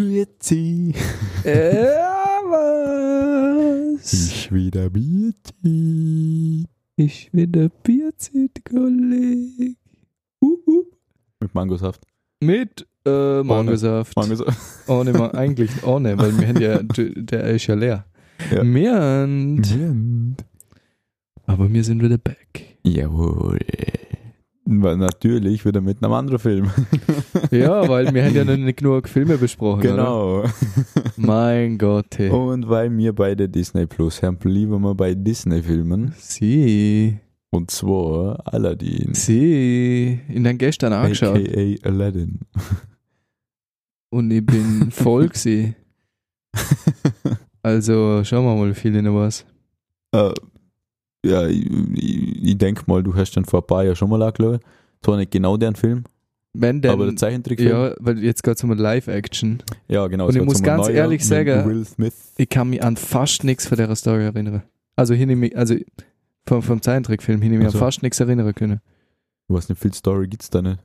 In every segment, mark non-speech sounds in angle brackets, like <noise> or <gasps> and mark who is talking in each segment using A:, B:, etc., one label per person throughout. A: Grüezi.
B: Ja, was?
A: Ist wieder Bierti.
B: Ich bin der Bierzit-Kolleg. Uh, uh.
A: Mit Mangosaft.
B: Mit äh, Mangosaft.
A: Mangosaft.
B: Ohne, Ma eigentlich ohne, weil wir haben ja, der ist ja leer.
A: Ja.
B: Mehr und,
A: Gent.
B: aber wir sind wieder back.
A: Jawohl. Weil natürlich wieder mit einem anderen Film.
B: Ja, weil wir haben ja noch nicht genug Filme besprochen.
A: Genau.
B: Oder? Mein Gott. Hey.
A: Und weil wir beide Disney Plus haben, bleiben wir bei Disney-Filmen.
B: Sie,
A: Und zwar Aladdin.
B: sie, ich dann gestern angeschaut
A: AKA
B: <laughs>
A: Aladdin.
B: und ich bin voll <laughs> gsi. Also schauen wir mal, viele noch was.
A: Äh, ja, ich, ich, ich denke mal, du hast den vor ein paar Jahren schon mal angeschaut. Zwar nicht genau deren Film,
B: Wenn denn,
A: aber der Zeichentrickfilm.
B: ja, weil jetzt geht es um ein Live-Action.
A: Ja, genau.
B: Und
A: es
B: ich
A: war
B: muss
A: zum
B: ganz
A: Neujahr
B: ehrlich
A: mit
B: sagen-
A: Will Smith.
B: Ich kann mich an fast nichts von der Story erinnern. Also, hin mich, also vom, vom Zeichentrickfilm hin ich mich
A: Also.
B: an fast nichts erinnern können.
A: Du weißt nicht, viel Story gibt's da nicht.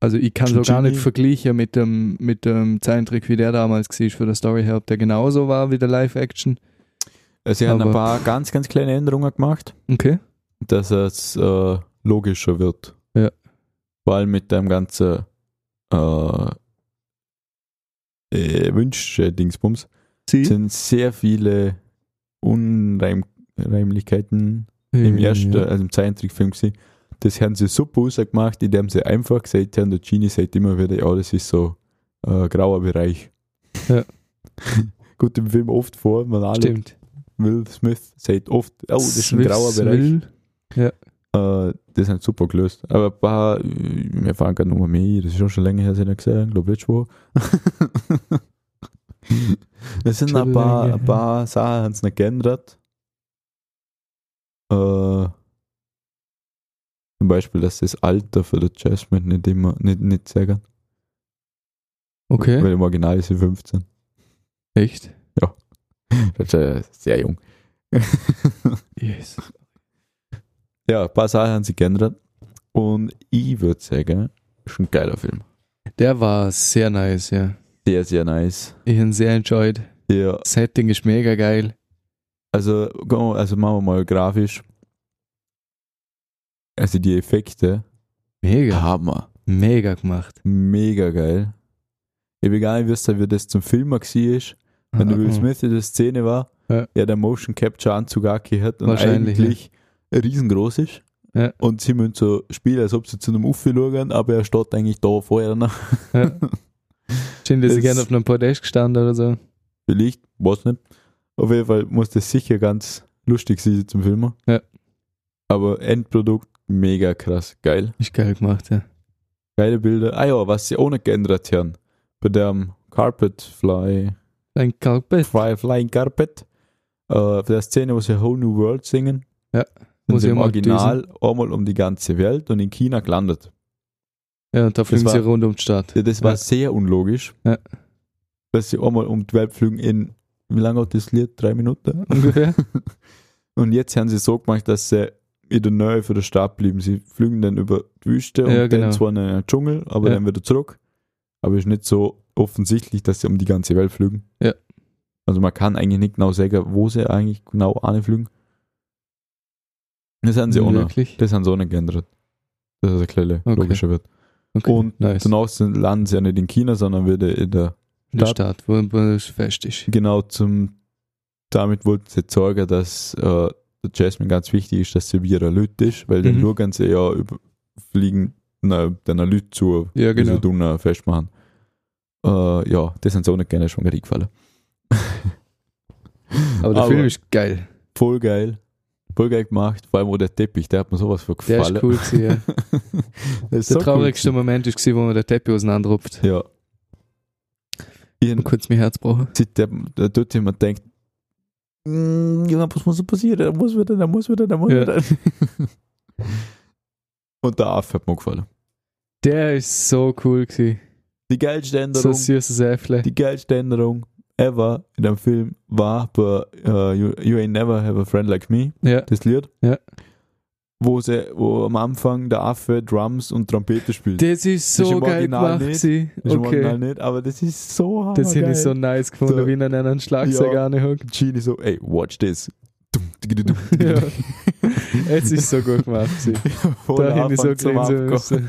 B: Also ich kann so gar
A: Genie.
B: nicht vergleichen mit dem, mit dem Zeichentrick, wie der damals war, für der Story her, ob der genauso war wie der Live-Action.
A: Also, Sie haben ein
B: Aber-
A: paar ganz, ganz kleine Änderungen gemacht,
B: Okay.
A: dass es äh, logischer wird.
B: Ja.
A: Vor allem mit dem ganzen äh, äh, Wünsche-Dingsbums
B: Sie?
A: sind sehr viele Unreimlichkeiten im ersten, also im Zeichentrickfilm gewesen. Das haben sie super gemacht, indem sie einfach gesagt haben, der Genie sagt immer wieder, ja, das ist so äh, grauer Bereich.
B: Ja.
A: <laughs> Gut, im Film oft vor, man alle
B: Stimmt.
A: Will Smith sagt oft, oh, das ist ein
B: Smiths
A: grauer Bereich.
B: Will.
A: Äh, das haben sie super gelöst. Aber ein paar, äh, wir fahren gerade nochmal mehr, ein, das ist schon schon länger her, seit ich ihn gesehen habe, glaube letztes Woche. <laughs> Es sind
B: Schon
A: ein paar,
B: länger
A: ein paar Sachen, haben sie nicht geändert. Äh, zum Beispiel, dass das Alter für der Jasmine nicht immer, nicht, nicht sagen.
B: Okay.
A: Weil im Original ist sie 15.
B: Echt?
A: <laughs> Das ist äh, sehr jung.
B: Yes.
A: Ja, ein paar Sachen haben sie geändert. Und ich würde sagen, ist ein geiler Film.
B: Der war sehr nice, ja.
A: Sehr, sehr nice.
B: Ich habe ihn sehr enjoyed.
A: Ja,
B: Das Setting ist mega geil.
A: also, gehen wir- also machen wir mal grafisch. Also die Effekte
B: Mega.
A: Hammer.
B: Mega gemacht.
A: Mega geil. Ich bin gar nicht wissen, wie das zum Film gesehen ist. Wenn
B: Ah,
A: der Will Smith in der Szene war,
B: Mhm. Ja.
A: ja, der Motion Capture Anzug angehört und
B: Wahrscheinlich,
A: eigentlich riesengroß ist.
B: Ja.
A: Und sie müssen so spielen, als ob sie zu einem Uffi schauen, aber er steht eigentlich da vorher nach.
B: Ja. Stimmt, dass
A: Das-
B: ich gerne auf einem Podest gestanden oder so.
A: Vielleicht, weiß nicht. Auf jeden Fall muss das sicher ganz lustig sein zum Filmen.
B: Ja.
A: Aber Endprodukt mega krass, geil.
B: Ist geil gemacht, ja.
A: Geile Bilder. Ah ja, was sie auch nicht geändert haben. Bei dem Carpet Fly,
B: Ein Carpet.
A: Fly Flying Carpet, äh, bei der Szene, wo sie Whole New World singen.
B: Ja.
A: Sind
B: Muss
A: sie
B: ich
A: im
B: mal
A: Original einmal um die ganze Welt und in China gelandet.
B: Ja, und da fliegen
A: war-
B: sie rund um die Stadt.
A: Ja, das war
B: Ja.
A: sehr unlogisch.
B: Ja.
A: Dass sie einmal um die Welt fliegen in, wie lange hat das Lied? Drei Minuten? <laughs>
B: Ungefähr.
A: Und jetzt haben sie so gemacht, dass sie in der Nähe von der Stadt blieben. Sie fliegen dann über die Wüste und
B: Ja,
A: dann
B: genau.
A: zwar in den Dschungel, aber
B: Ja.
A: dann wieder zurück. Aber ist nicht so offensichtlich, dass sie um die ganze Welt fliegen.
B: Ja.
A: Also man kann eigentlich nicht genau sagen, wo sie eigentlich genau anfliegen. Das haben sie auch noch.
B: Wirklich?
A: Das haben sie auch nicht geändert. Das ist ein kleiner
B: Okay.
A: logischer Wert.
B: Okay.
A: Und
B: nice.
A: Danach sind, landen sie ja nicht in China, sondern wieder in der
B: In der
A: Stadt.
B: Stadt, wo, wo es fest ist.
A: Genau, zum, damit wollten sie sorgen, dass äh, der Jasmine ganz wichtig ist, dass sie wieder Leute ist, weil dann
B: Mhm.
A: schauen sie ja über, fliegen na, den Leute zu,
B: Ja,
A: wie
B: genau.
A: sie Dunner festmachen. Äh, ja, das sind so nicht gerne schon gefallen.
B: Aber der
A: Aber-
B: Film ist geil.
A: Voll geil. Voll geil gemacht, vor allem auch der Teppich, der hat mir sowas von
B: Der
A: gefallen.
B: ist cool gewesen, ja.
A: <laughs> Der ist so
B: Der
A: cool
B: traurigste Moment ist gewesen, wo man den Teppich auseinanderrupft.
A: gewesen. Ja. Ich,
B: Du kannst mir Herz brauchen.
A: sieht der, der dort jemand denkt, "Mm, ja, was muss so passieren? Da muss wieder, da muss wieder, da muss
B: Ja.
A: wieder. <laughs> Und der Affe hat mir gefallen.
B: Der ist so cool gewesen.
A: Die geilste
B: So
A: Änderung,
B: ein süßes Äffle.
A: die geilste Änderung ever in dem Film war bei äh, you, you Ain't Never Have a Friend Like Me,
B: Ja,
A: das Lied.
B: Ja.
A: wo, sie, wo am Anfang der Affe Drums und Trompete spielt.
B: Das ist
A: ist
B: so
A: im
B: geil
A: Original
B: gemacht.
A: nicht.
B: gewesen.
A: ist im Original
B: Okay.
A: halt nicht, aber das ist so hammer.
B: Das hätte ich so nice gefunden,
A: Da-
B: wenn er einen Schlagzeug
A: Ja. <laughs>
B: ja. anhockt.
A: Genie so, ey, watch this. Dum, digi, dum, digi,
B: Ja.
A: dum.
B: <laughs> Es ist so gut gemacht.
A: <laughs>
B: gewesen.
A: Voll
B: Da hätte ich so
A: Anfang zum
B: grinsen
A: Abgehen. <laughs>
B: müssen.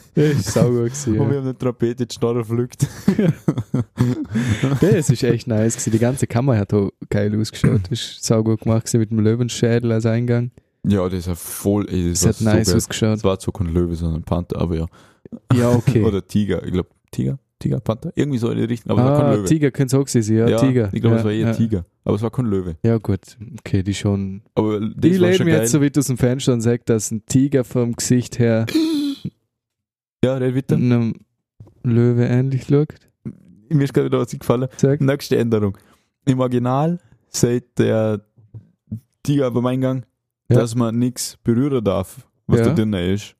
B: <laughs> Das ist saugut gewesen.
A: Und wir
B: Ja.
A: haben eine Trompete in die Schnorren pflückt.
B: Das ist echt nice gewesen. Die ganze Kammer hat auch geil ausgeschaut. Das ist saugut gemacht gewesen mit dem Löwenschädel als Eingang.
A: Ja, das ist ja voll, ey, das,
B: Das hat
A: war so
B: nice
A: geil.
B: ausgeschaut.
A: Das war zwar kein Löwe, sondern ein Panther, aber <laughs> ja.
B: Ja, okay.
A: Oder Tiger, ich glaube, Tiger, Tiger, Panther, irgendwie so in die Richtung, aber es war kein
B: ah,
A: Löwe.
B: Tiger könnte es auch gewesen sein. Ja, Tiger.
A: Ich glaube,
B: ja,
A: es war eher
B: ja.
A: Tiger, aber es war kein Löwe.
B: Ja, gut. Okay, die schon.
A: Aber das
B: die
A: war
B: leben
A: schon
B: mir
A: geil.
B: jetzt, so wie du es im Fenster und sagst, dass ein Tiger vom Gesicht her
A: ja, red weiter.
B: einem Löwe ähnlich schaut.
A: Mir ist gerade wieder was gefallen.
B: Sag.
A: Nächste Änderung. Im Original sagt der Tiger beim Eingang,
B: Ja.
A: dass man nichts berühren darf, was
B: Ja.
A: da drin ist,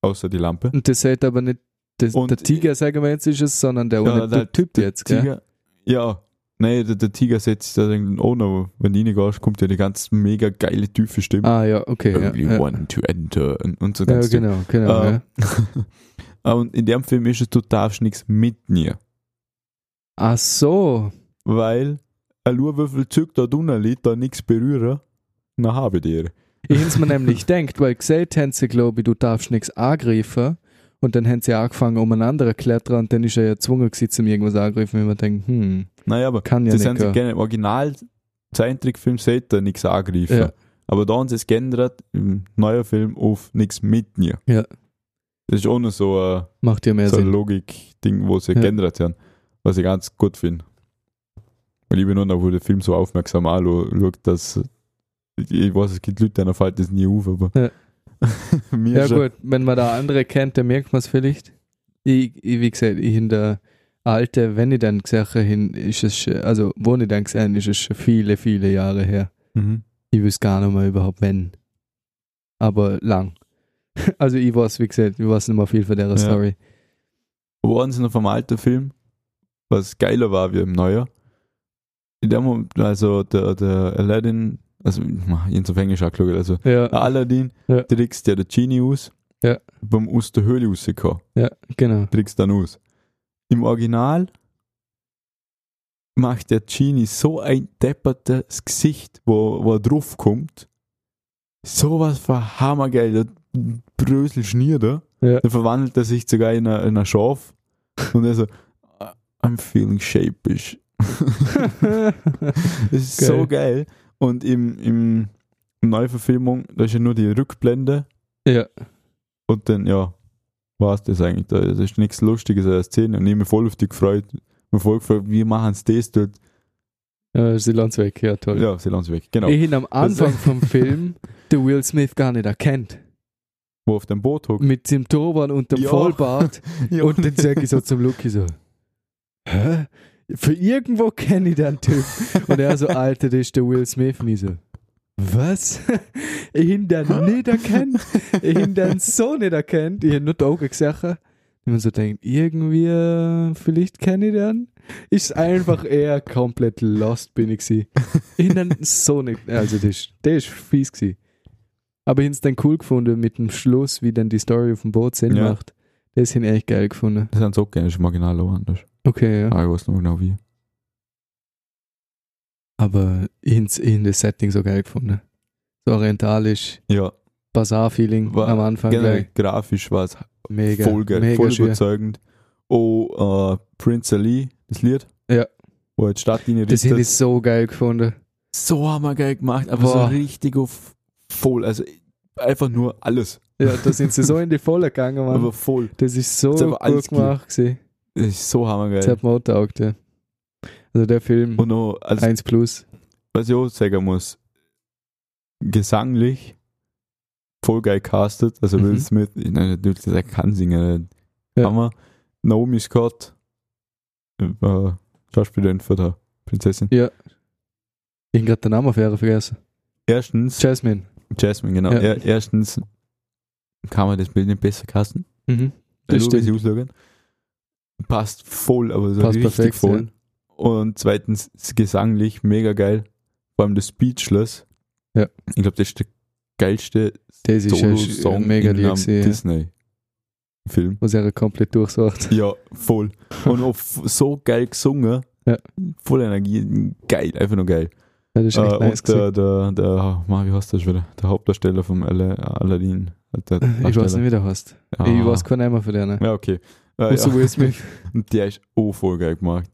A: außer die Lampe.
B: Und das sagt aber nicht, das,
A: Und-
B: der Tiger, sagen wir jetzt, ist es, sondern der
A: Ja,
B: ohne
A: der-
B: Typ jetzt. Gell?
A: Tiger, ja. Nee, der, der Tiger setzt da irgendeinen Oh no, wenn du reingehst, kommt ja die ganz mega geile, tiefe Stimme.
B: Ah, ja, okay. Ja,
A: Only
B: ja.
A: one to enter und, und so
B: ja
A: ganz Ding.
B: genau, genau.
A: Ähm,
B: ja.
A: Ah, Und in dem Film ist es, du darfst nichts mitnehmen.
B: Ach so.
A: Weil ein Lurwürfel zückt da drunter liegt, da nichts berühren, dann habe ich dir.
B: Ich hätte mir nämlich <laughs> denkt, weil gesagt haben sie, glaube ich, du darfst nichts angreifen. Und dann haben sie angefangen, umeinander zu klettern und dann ist er ja gezwungen gewesen, zum irgendwas angreifen, wenn man denkt, hm,
A: Naja, aber
B: kann ja
A: das
B: nicht.
A: haben sie
B: gehen.
A: gerne im Original Zeichentrickfilm seht ihr nichts angreifen.
B: Ja.
A: Aber da haben sie es geändert im neuen Film auf nichts mitnehmen.
B: Ja.
A: Das ist auch noch so ein
B: Macht ja mehr
A: so ein
B: Sinn.
A: Logik-Ding, wo sie
B: Ja.
A: geändert haben, was ich ganz gut finde. Weil ich bin auch noch, wo der Film so aufmerksam anschaut, dass ich- ich weiß, es gibt Leute, denen fällt das nie auf, aber
B: Ja.
A: <laughs> mir
B: Ja
A: schon.
B: gut, wenn man da andere kennt, dann merkt man es vielleicht. Ich, ich, wie gesagt, ich in der alte, wenn ich dann gesagt hin, ist es schon, also wo ich dann gesehen ist es schon viele, viele Jahre her.
A: Mhm.
B: Ich weiß gar nicht mehr überhaupt wenn. Aber lang. <laughs> Also ich weiß, wie gesagt, ich weiß nicht mehr viel von der
A: Ja.
B: Story.
A: Aber eins noch vom alten Film, was geiler war wie im neuen. In dem Moment, also der, der Aladdin, also insofern ist auch klug, also
B: Ja,
A: der Aladdin
B: Ja.
A: trickst ja der Genie aus,
B: Ja.
A: beim aus der Höhle rausgekommen.
B: genau.
A: trickst dann aus. Im Original macht der Genie so ein deppertes Gesicht, wo, wo er drauf kommt. Sowas von hammergeil. Der Brösel schniert er.
B: <laughs> Ja.
A: Dann verwandelt er sich sogar in ein in ein Schaf. Und er so, I'm feeling shapish. <laughs> Das ist
B: Geil.
A: so geil. Und im, im in der Neuverfilmung, da ist ja nur die Rückblende.
B: Ja.
A: Und dann, ja, war es das eigentlich. Da das ist nichts Lustiges an der Szene. Und ich hab mich voll auf die gefreut. Mir voll gefreut, wie machen sie das dort?
B: ja, sie lassen weg, ja toll.
A: Ja, sie lassen es weg. Genau.
B: Ich hin am <laughs> Anfang vom Film den Will Smith gar nicht erkennt.
A: Wo auf dem Boot hockt.
B: Mit dem Turban und dem
A: Ja.
B: Vollbart.
A: <laughs>
B: Und dann sag ich so zum Lucky so, hä? Für irgendwo kenne ich den Typ. Und er so, Alter, das ist der Will Smith. Und ich so, was? <laughs> Ich ihn dann
A: <laughs>
B: nicht erkannt. Ich ihn <laughs> dann so nicht erkannt. Ich hab nur die Augen gesehen. Und man so denkt, irgendwie, äh, vielleicht kenne ich den. Ist einfach eher komplett lost bin ich gsi. Ich hab ihn dann so nicht, also das, ist- das ist fies gsi. Aber ich hab's dann cool gefunden mit dem Schluss, wie dann die Story auf dem Boot Sinn
A: Ja.
B: macht. Das hab ich echt geil gefunden.
A: Das sind so gerne, das ist im Original auch anders.
B: Okay, ja.
A: Ah, ich weiß noch genau wie.
B: Aber in, in das Setting so geil gefunden. So orientalisch,
A: Ja,
B: Bazaar-Feeling
A: War-
B: am Anfang.
A: generell
B: gleich.
A: grafisch war es
B: Ah, Mega.
A: voll geil,
B: mega
A: voll
B: schön.
A: überzeugend. Oh, äh, Prince Ali, das Lied.
B: Ja.
A: Wo jetzt Stadtlinie
B: Das hätte
A: richtet.
B: ich so geil gefunden.
A: so hammergeil gemacht, aber so
B: Boah.
A: richtig auf voll. Also einfach nur alles.
B: Ja, da sind sie so in die Volle gegangen, Mann.
A: Aber voll.
B: Das ist so
A: Das ist aber alles
B: gut gemacht gewesen.
A: Das ist so
B: Das
A: hammergeil.
B: hat mir auch getaugt, ja. Also der Film,
A: Und noch, also,
B: 1 plus.
A: was ich auch sagen muss, gesanglich voll geil castet. Also Will
B: Mhm.
A: Smith, ich meine, natürlich, der kann singen.
B: Ja.
A: Hammer. Naomi Scott, äh, Schauspielerin von der Prinzessin.
B: Ich hab gerade den Namen auf Ehre vergessen.
A: Erstens,
B: Jasmine.
A: Jasmine, genau.
B: Ja.
A: Er, erstens kann man das Bild nicht besser casten.
B: Mhm.
A: Das
B: Das
A: stimmt.
B: stimmt.
A: Ausloggen. Passt voll, aber so
B: Passt
A: richtig
B: perfekt,
A: voll. Und zweitens ist gesanglich mega geil. Vor allem das Speechless.
B: Ja.
A: Ich glaube, das ist der geilste
B: Das ist ein
A: Solo-Song
B: sch- mega
A: in
B: lieb
A: einem
B: gewesen, ja.
A: Disney-Film.
B: was er komplett durchsucht.
A: Ja, voll. Und auch f- so geil gesungen.
B: Ja.
A: Voll Energie. Geil, einfach nur geil.
B: Ja, das ist echt
A: Äh,
B: nice
A: und der, der, der, Mann, wie heißt der schon wieder? Der Hauptdarsteller vom Alle- Aladdin. Der
B: gewesen. <laughs> Ich weiß nicht, wie der heißt.
A: Ah.
B: Ich weiß keinen Namen von denen.
A: Ja, okay. Äh,
B: Außer
A: ja.
B: Will Smith.
A: Und der ist auch voll geil gemacht.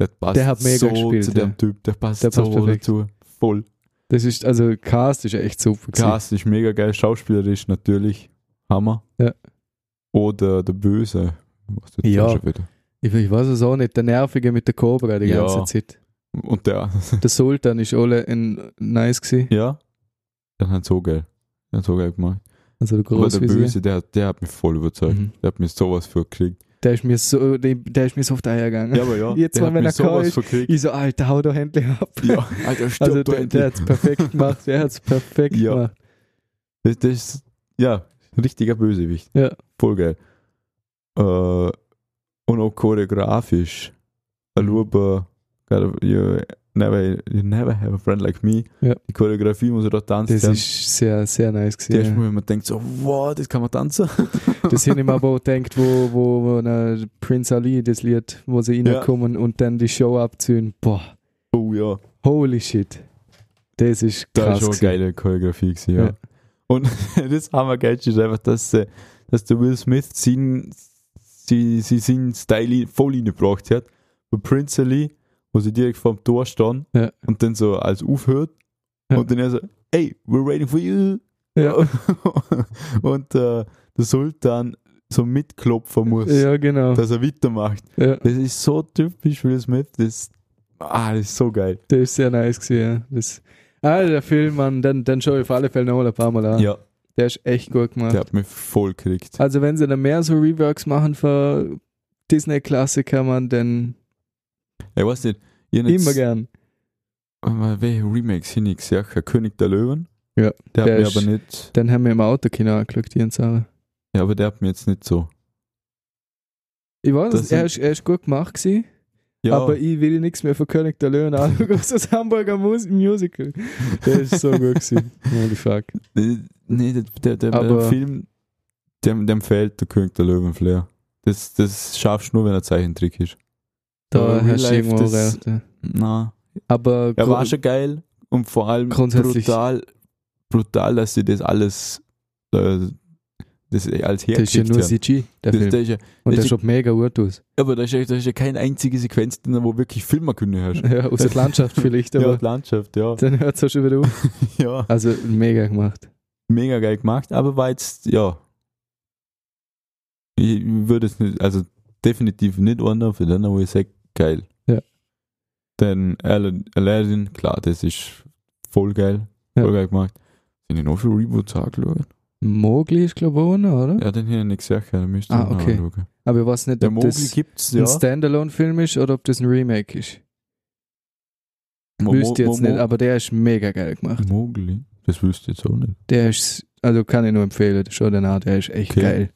A: Der passt
B: Der hat mega
A: so
B: gespielt,
A: zu dem
B: ja.
A: Typ. Der passt,
B: Der passt
A: so
B: perfekt.
A: dazu. Voll.
B: Das ist, also Cast ist echt super. gewesen.
A: Cast ist mega geil. Schauspielerisch natürlich. Hammer.
B: Ja.
A: Oder der Böse. Was ist das
B: Ja.
A: schon wieder?
B: Ich, ich weiß es auch nicht. Der Nervige mit der Cobra die
A: Ja.
B: ganze Zeit.
A: Und der. <laughs>
B: Der Sultan ist alle ein nice gewesen.
A: ja. Der hat so geil. Der hat so geil gemacht.
B: Also der
A: Aber der
B: Großvisier.
A: Böse, der, hat- der hat mich voll überzeugt.
B: Mhm.
A: Der hat mich sowas verkriegt.
B: Der ist mir so, der, der ist mir so auf die Eier gegangen.
A: aber ja.
B: <laughs> Jetzt,
A: der
B: wenn
A: hat
B: er
A: mich sowas
B: kalt-
A: verkriegt.
B: Ich so, Alter, hau doch endlich ab.
A: Ja,
B: <laughs>
A: Alter, stirb
B: also
A: du
B: der,
A: endlich.
B: der hat's perfekt gemacht. Der hat's perfekt
A: Ja.
B: gemacht.
A: Das, das ist, ja, richtiger Bösewicht.
B: Ja.
A: Voll geil. Äh, und auch choreografisch.
B: Mhm.
A: Aluba, you never, you never have a friend like me.
B: Ja.
A: Die Choreografie muss er da tanzen.
B: Das ist sehr, sehr nice
A: der ist,
B: gewesen.
A: wo
B: ja.
A: man denkt so, wow, das kann man tanzen.
B: Das hätte ich mir aber auch gedacht, wo, wo, wo na, Prince Ali das Lied, wo sie
A: Ja.
B: reinkommen und dann die Show abziehen. Boah,
A: Oh ja,
B: holy shit. Das ist
A: da
B: krass.
A: ist schon eine
B: gewesen.
A: geile Choreografie gewesen, ja.
B: Ja.
A: Und <laughs> das Hammergeilste ist einfach, dass, äh, dass der Will Smith seinen, sie, sie seinen Style voll reingebracht hat. Bei Prince Ali, wo sie direkt vorm Tor stand
B: Ja.
A: und dann so als aufhört
B: Ja.
A: und dann er so, hey, we're waiting for you.
B: Ja.
A: <laughs> und äh, der Sultan so mitklopfen muss,
B: Ja, genau.
A: dass er weitermacht.
B: ja,
A: Das ist so typisch Will Smith, das, ah, das ist so geil.
B: das ist sehr nice gewesen. Ja. Das, ah, der Film, Mann, den, den schaue ich auf alle Fälle noch mal ein paar Mal an.
A: Ja,
B: Der ist echt gut gemacht.
A: der hat mich voll gekriegt.
B: Also wenn sie dann mehr so Reworks machen für Disney-Klassiker, man, dann
A: Ich weiß nicht, ihr habt
B: immer gern.
A: Aber welche Remakes hin ich gesehen? habe? König der Löwen?
B: Ja,
A: Der,
B: der
A: hat
B: ist-
A: mir aber nicht.
B: Dann haben wir im Autokino angeschaut, die und Sarah.
A: Ja, aber der hat mir jetzt nicht so.
B: Ich weiß,
A: Das
B: es, er
A: sind-
B: ist, er ist gut gemacht gewesen,
A: Ja,
B: aber ich will nichts mehr von König der Löwen <laughs> anschauen, als das Hamburger Mus Musical. Der ist so
A: <laughs>
B: gut gewesen. Holy fuck.
A: Äh, nee, der, der, der,
B: Aber-
A: der Film, dem, dem fehlt der König der Löwen Flair. Das, das schaffst du nur, wenn er Zeichentrick ist.
B: Da
A: Aber
B: hast du
A: Real Life,
B: irgendwo
A: das-
B: recht. ja.
A: Na,
B: Aber
A: er
B: gru-
A: war schon geil und vor allem
B: Grundsätzlich-
A: brutal, brutal, dass sie das alles, äh, das alles
B: das ist ja
A: herkriegt
B: nur
A: haben.
B: CG, der
A: das,
B: Film.
A: das ist ja,
B: und der
A: das-
B: schaut mega gut aus.
A: aber da ist, ja, da ist ja keine einzige Sequenz drin, wo wirklich Filmerkunde herrscht.
B: <laughs> Ja, aus der Landschaft
A: <laughs>
B: vielleicht,
A: Ja,
B: aber
A: die Landschaft, ja.
B: dann hört es auch schon wieder auf.
A: <laughs> ja.
B: Also mega gemacht.
A: mega geil gemacht, aber war jetzt, ja. Ich würde es nicht, also definitiv nicht einer für den, wo ich sage, geil.
B: Ja.
A: Denn Alan- Aladdin, klar, das ist voll geil,
B: Ja. Hm?
A: voll geil gemacht. Sind die noch für Reboots angeschaut?
B: Mogli ist glaube ich auch noch, oder?
A: Ja, den hier nicht gesagt, da müsst ihr
B: Ah,
A: auch noch
B: okay.
A: anschauen.
B: Aber ich weiß nicht,
A: Der
B: ob
A: Mogli
B: das
A: gibt's, ja.
B: ein Standalone-Film ist oder ob das ein Remake ist.
A: Mo- Mo-
B: Wüsste jetzt
A: Mo-
B: nicht, aber der ist mega geil gemacht.
A: Mogli, das wüsste ich jetzt auch nicht.
B: Der ist, also kann ich nur empfehlen, schau den an, der ist echt
A: Okay.
B: geil.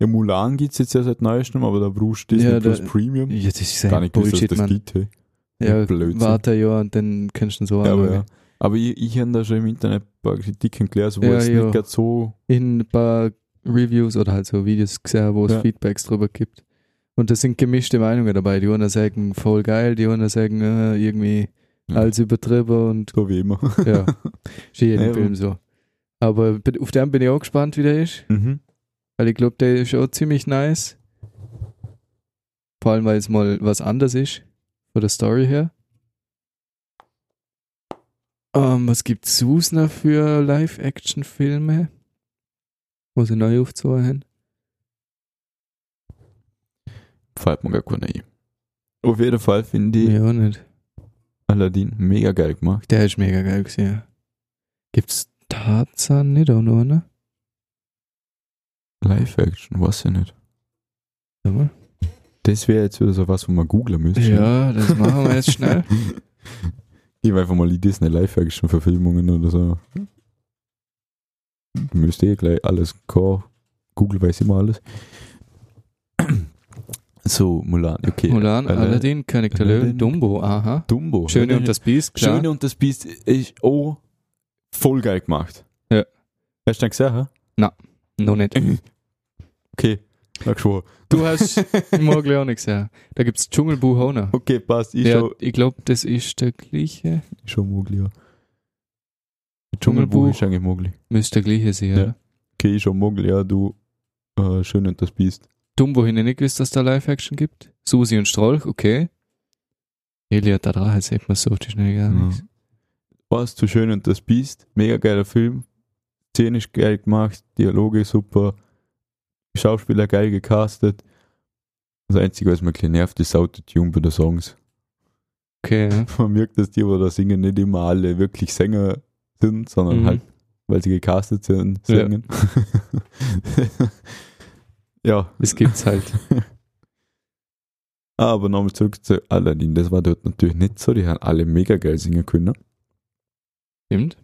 A: Ja, Mulan gibt's jetzt ja seit neuestem, aber da brauchst du Disney
B: Ja,
A: Plus
B: da-
A: Premium.
B: Ja, das ist
A: Gar
B: ein
A: nicht gewusst, dass
B: Bullshit,
A: das
B: Mann.
A: gibt. Hey.
B: Ja,
A: Blödsinn.
B: warte ein Jahr und dann kannst du ihn so
A: Ja, aber, ja.
B: anschauen.
A: aber ich, ich habe da schon im Internet ein paar Kritiken gelesen, wo
B: Ja,
A: es
B: ja.
A: nicht ganz so.
B: In ein paar Reviews oder halt so Videos gesehen, wo es
A: Ja.
B: Feedbacks drüber gibt. Und da sind gemischte Meinungen dabei. Die einen sagen voll geil, die anderen sagen äh, irgendwie
A: Ja.
B: alles übertrieben und
A: So wie immer. <laughs>
B: ja, ist in jedem
A: Ja,
B: Film so. Aber bin- auf den bin ich auch gespannt, wie der ist.
A: Mhm.
B: Weil ich glaube, der ist auch ziemlich nice. Vor allem, weil es mal was anders ist. Von der Story her. Ähm, was gibt Susner für Live-Action-Filme? Muss ich neu aufzuhören?
A: Fällt mir gar keiner ein. Auf jeden Fall finde ich
B: Nee, auch nicht.
A: Aladdin mega geil gemacht.
B: Der ist mega geil gewesen. ja. Gibt's Tarzan nicht auch noch, ne?
A: Live-Action, weiß ich nicht.
B: Warte mal.
A: Das wäre jetzt wieder so was, wo man googlen müsste.
B: Ja, das machen wir jetzt schnell.
A: <laughs>
B: <laughs>
A: Gib einfach mal die Disney Live-Action-Verfilmungen oder so. Du müsst eh gleich alles kommen. Google weiß immer alles. <clears throat> So, Mulan, okay.
B: Mulan,
A: Alle-
B: Aladdin, König der Löwen,
A: Aladdin.
B: Dumbo, aha.
A: Dumbo.
B: Schöne und das Biest, klar.
A: Schöne und das Biest ist auch voll geil gemacht.
B: Ja.
A: Hast du den gesehen? hä?
B: Noch <laughs> nicht.
A: <clears throat> Okay, na schon.
B: <laughs> Du hast <laughs> morgen auch nicht gesehen. Da gibt es Dschungelbuch auch noch.
A: Okay, passt. Ich
B: Ja,
A: schau,
B: ich glaube, das ist der gleiche.
A: ich schau Mowgli an. Dschungelbuch
B: Dschungelbuch.
A: ist eigentlich Mowgli.
B: Müsste der gleiche sein,
A: Ja.
B: ja. oder?
A: Okay, ich schau Mowgli an, du äh, Schön und das Biest.
B: Dumm, wohin ich nicht gewusst, dass da Live-Action gibt. Susi und Strolch, okay. Eliot da Drache sieht man so auf die Schnelle gar
A: Ja.
B: nichts.
A: Was zu Schön und das Biest. Mega geiler Film. Szenisch geil gemacht, Dialoge super, Schauspieler geil gecastet. Das Einzige, was mir ein bisschen nervt, ist das Autotune bei den Songs. <laughs>
B: Okay, ja.
A: Man merkt, dass die, die da singen, nicht immer alle wirklich Sänger sind, sondern
B: Mhm.
A: halt, weil sie gecastet sind, singen. <laughs> Ja,
B: Das gibt's halt.
A: <laughs> aber nochmal zurück zu Aladdin. Das war dort natürlich nicht so. Die haben alle mega geil singen können.
B: Stimmt?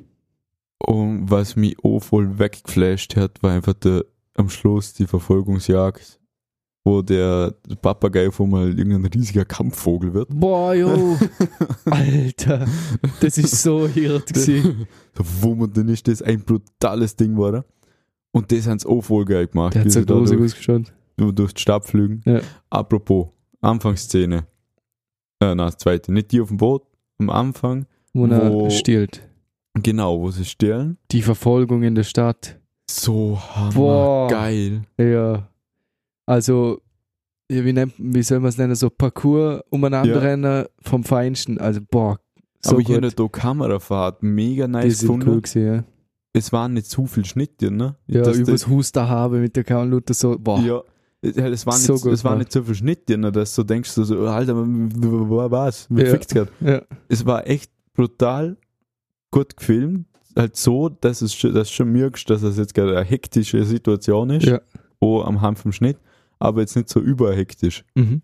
A: Und was mich auch voll weggeflasht hat, war einfach der, am Schluss die Verfolgungsjagd, wo der Papagei von mal irgendein riesiger Kampfvogel wird.
B: Boah,
A: <laughs>
B: jo. Alter. Das ist so irrt gewesen.
A: So, wo man denn ist, das ein brutales Ding war. da. Und das haben sie auch voll geil gemacht.
B: Der
A: wie
B: hat so
A: sie da
B: groß
A: durch,
B: ausgeschaut.
A: durch die Stadt flügen.
B: Ja.
A: Apropos, Anfangsszene. Äh, nein, das zweite. Nicht die auf dem Boot, am Anfang.
B: Wo
A: Wo-
B: er stiehlt.
A: Genau, wo sie sterben.
B: Die Verfolgung in der Stadt.
A: So
B: Boah.
A: hammergeil.
B: Ja. Also, ja, wie, nennt, wie soll man es nennen? So Parcours umeinander
A: Ja.
B: rennen vom Feinsten. Also, boah, so
A: Aber
B: gut.
A: hier in der Do- Kamerafahrt, mega
B: die
A: nice
B: sind
A: gefunden.
B: cool gewesen,
A: es waren nicht zu viel Schnitte, ne?
B: ja. Ja,
A: Dass
B: übers Haus da haben mit der Kauen Luther so, boah.
A: ja es, es waren
B: So
A: nicht,
B: gut
A: es waren
B: gemacht.
A: nicht zu viel Schnitte, ne? Dass du denkst, so, so, Alter, was? Wie
B: Ja.
A: fixt grad?
B: Ja.
A: Es war echt brutal gut gefilmt. Halt so, dass es schon- dass du schon merkst, dass es jetzt gerade eine hektische Situation ist.
B: Ja.
A: Oh, am Hand vom Schnitt. Aber jetzt nicht so überhektisch.
B: Mhm.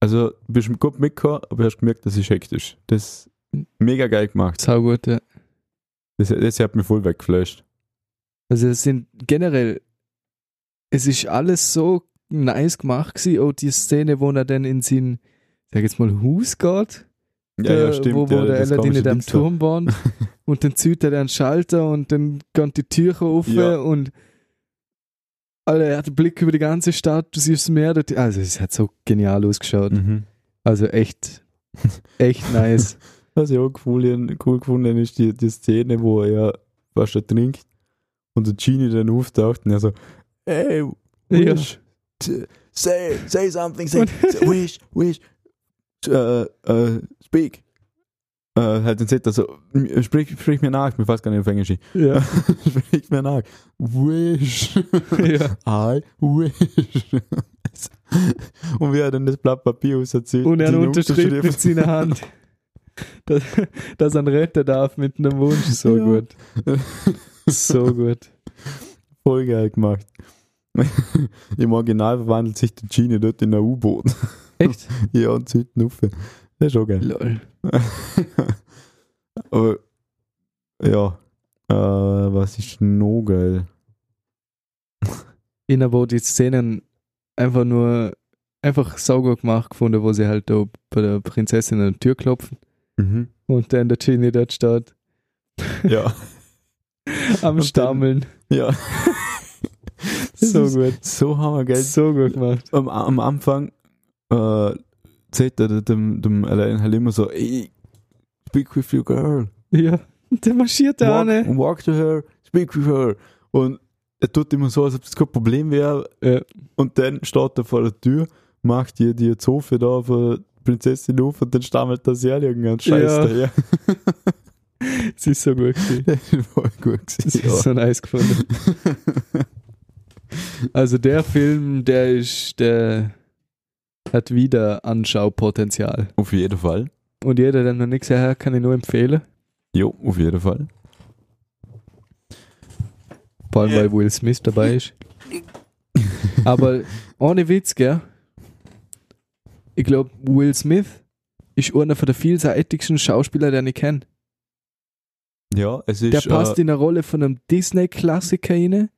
A: Also, du bist gut mitgekommen, aber hast gemerkt, das ist hektisch. Das
B: Hm.
A: ist mega geil gemacht.
B: Sau gut, ja.
A: Das, das hat mich voll weggeflasht.
B: Also, es sind generell, es ist alles so nice gemacht gewesen. Auch die Szene, wo er dann in sein, sag jetzt mal, Haus geht.
A: Ja,
B: der,
A: ja, stimmt.
B: Äh, Wo, wo
A: ja,
B: der
A: das
B: Aladdin
A: komische
B: in dem
A: Dings da. <laughs>
B: Turm wohnt und dann zieht er den Schalter und dann geht die Tür auf
A: Ja.
B: und Alter, er hat den Blick über die ganze Stadt, du siehst mehr. dort- Also es hat so genial ausgeschaut.
A: Mhm. <laughs>
B: Also echt, echt nice.
A: Was ich auch cool, cool gefunden ist die, die Szene, wo er was er trinkt und der Genie dann auftaucht und er so, ey,
B: ja.
A: wish, t- say, say something, say, say wish, wish, äh, äh, speak. Äh, halt dann sagt er so, "M- sprich, sprich mir nach, mir fast gar nicht auf Englisch. <laughs>
B: Ja.
A: sprich mir nach. Wish.
B: ja.
A: I wish. <laughs> und wie er dann das Blatt Papier auserzählt.
B: Und er
A: seine
B: unterschrieb
A: <laughs>
B: mit seiner Hand, dass, dass er ihn retten darf mit einem Wunsch. So
A: Ja. <laughs>
B: gut. So gut.
A: Voll geil halt gemacht. <laughs> Im Original verwandelt sich der Genie dort in ein U-Boot. <laughs>
B: Echt?
A: ja, und zieht ihn rauf. Das ist schon
B: <laughs>
A: geil.
B: Lol.
A: Aber, ja. Äh, was ist noch geil?
B: in wo die Szenen einfach nur einfach sauber gemacht gefunden, wo sie halt da bei der Prinzessin an der Tür klopfen Mhm. und dann der Genie dort steht
A: Ja,
B: am
A: dann-
B: Stammeln.
A: ja.
B: <laughs> So
A: ist
B: gut.
A: <laughs> So hammergeil.
B: So gut gemacht.
A: Am, am Anfang äh, sagt er dem, dem Alain halt immer so, ey, speak with your girl.
B: Ja. Der marschiert da
A: walk,
B: an.
A: walk to her, speak with her. Und er tut immer so, als ob das kein Problem wäre.
B: Ja.
A: Und dann steht er vor der Tür, macht ihr die Zofe da auf eine Prinzessin auf und dann stammelt das ja irgendein Scheiß
B: Ja.
A: daher. <laughs>
B: Es ist so gut. gewesen.
A: Das ist voll gut
B: Es
A: gewesen.
B: ist so nice gefunden. <laughs> Also der Film, der ist, der hat wieder Anschaupotenzial.
A: Auf jeden Fall.
B: Und jeder, der noch nichts gesehen hat, kann ich nur empfehlen.
A: Jo, auf jeden Fall.
B: Vor allem, weil Will Smith dabei ist. Aber ohne Witz, gell? Ich glaube, Will Smith ist einer von der vielseitigsten Schauspieler, den ich kenne.
A: <laughs> Ja, es
B: Der
A: ist. äh,
B: passt in eine Rolle von einem Disney-Klassiker rein.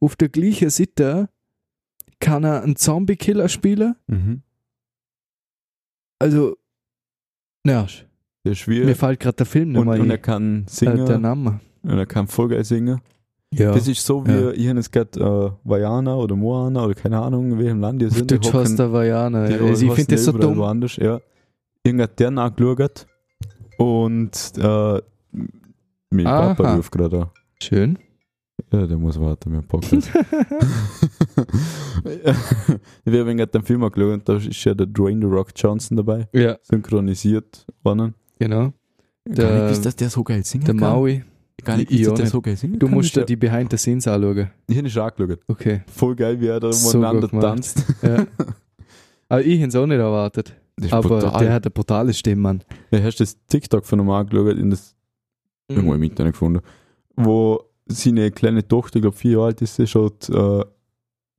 B: Auf der gleichen Seite kann er einen Zombie-Killer spielen.
A: äh, mhm.
B: Also, ja,
A: Der ist schwierig.
B: mir fällt gerade der Film
A: Und,
B: nochmal
A: und er
B: ein.
A: kann
B: Äh, der
A: singen.
B: Name.
A: und er kann voll geil singen.
B: Ja.
A: Das ist so wie,
B: Ja.
A: ich habe jetzt gerade äh, Vajana oder Moana oder keine Ahnung, in welchem Land die sind.
B: du
A: die hocken-
B: hast da Vajana.
A: die
B: Also ich
A: hocken
B: finde das so
A: überall
B: dumm.
A: Woanders, ja. Irgendwer hat der nachgeschaut und äh, mein
B: Aha.
A: Papa ruft gerade an. <laughs>
B: Schön.
A: Ja, der muss warten mit dem
B: <laughs>
A: Podcast. ich habe gerade den Film angeschaut und da ist ja der Dwayne The Rock Johnson dabei,
B: ja,
A: synchronisiert worden. Gar
B: genau. Der-
A: nicht gewusst, dass der so geil singen
B: Der Maui.
A: Gar nicht
B: Ich
A: gewusst, dass der
B: auch nicht.
A: so geil singen
B: Du
A: kann.
B: musst
A: Ist
B: dir die Behind the Scenes anschauen.
A: Ich habe nicht angeschaut.
B: Okay.
A: Voll geil, wie er da
B: So
A: umeinander
B: gut gemacht.
A: tanzt.
B: <laughs> Ja. Aber ich hätte es auch nicht erwartet.
A: Das ist
B: Aber
A: brutal.
B: der hat eine brutale Stimme, Mann.
A: Ja, hast du das TikTok von einem angeschaut, in das
B: Mhm.
A: irgendwo im Internet gefunden, wo seine kleine Tochter, ich glaube vier Jahre alt ist, sie schaut äh,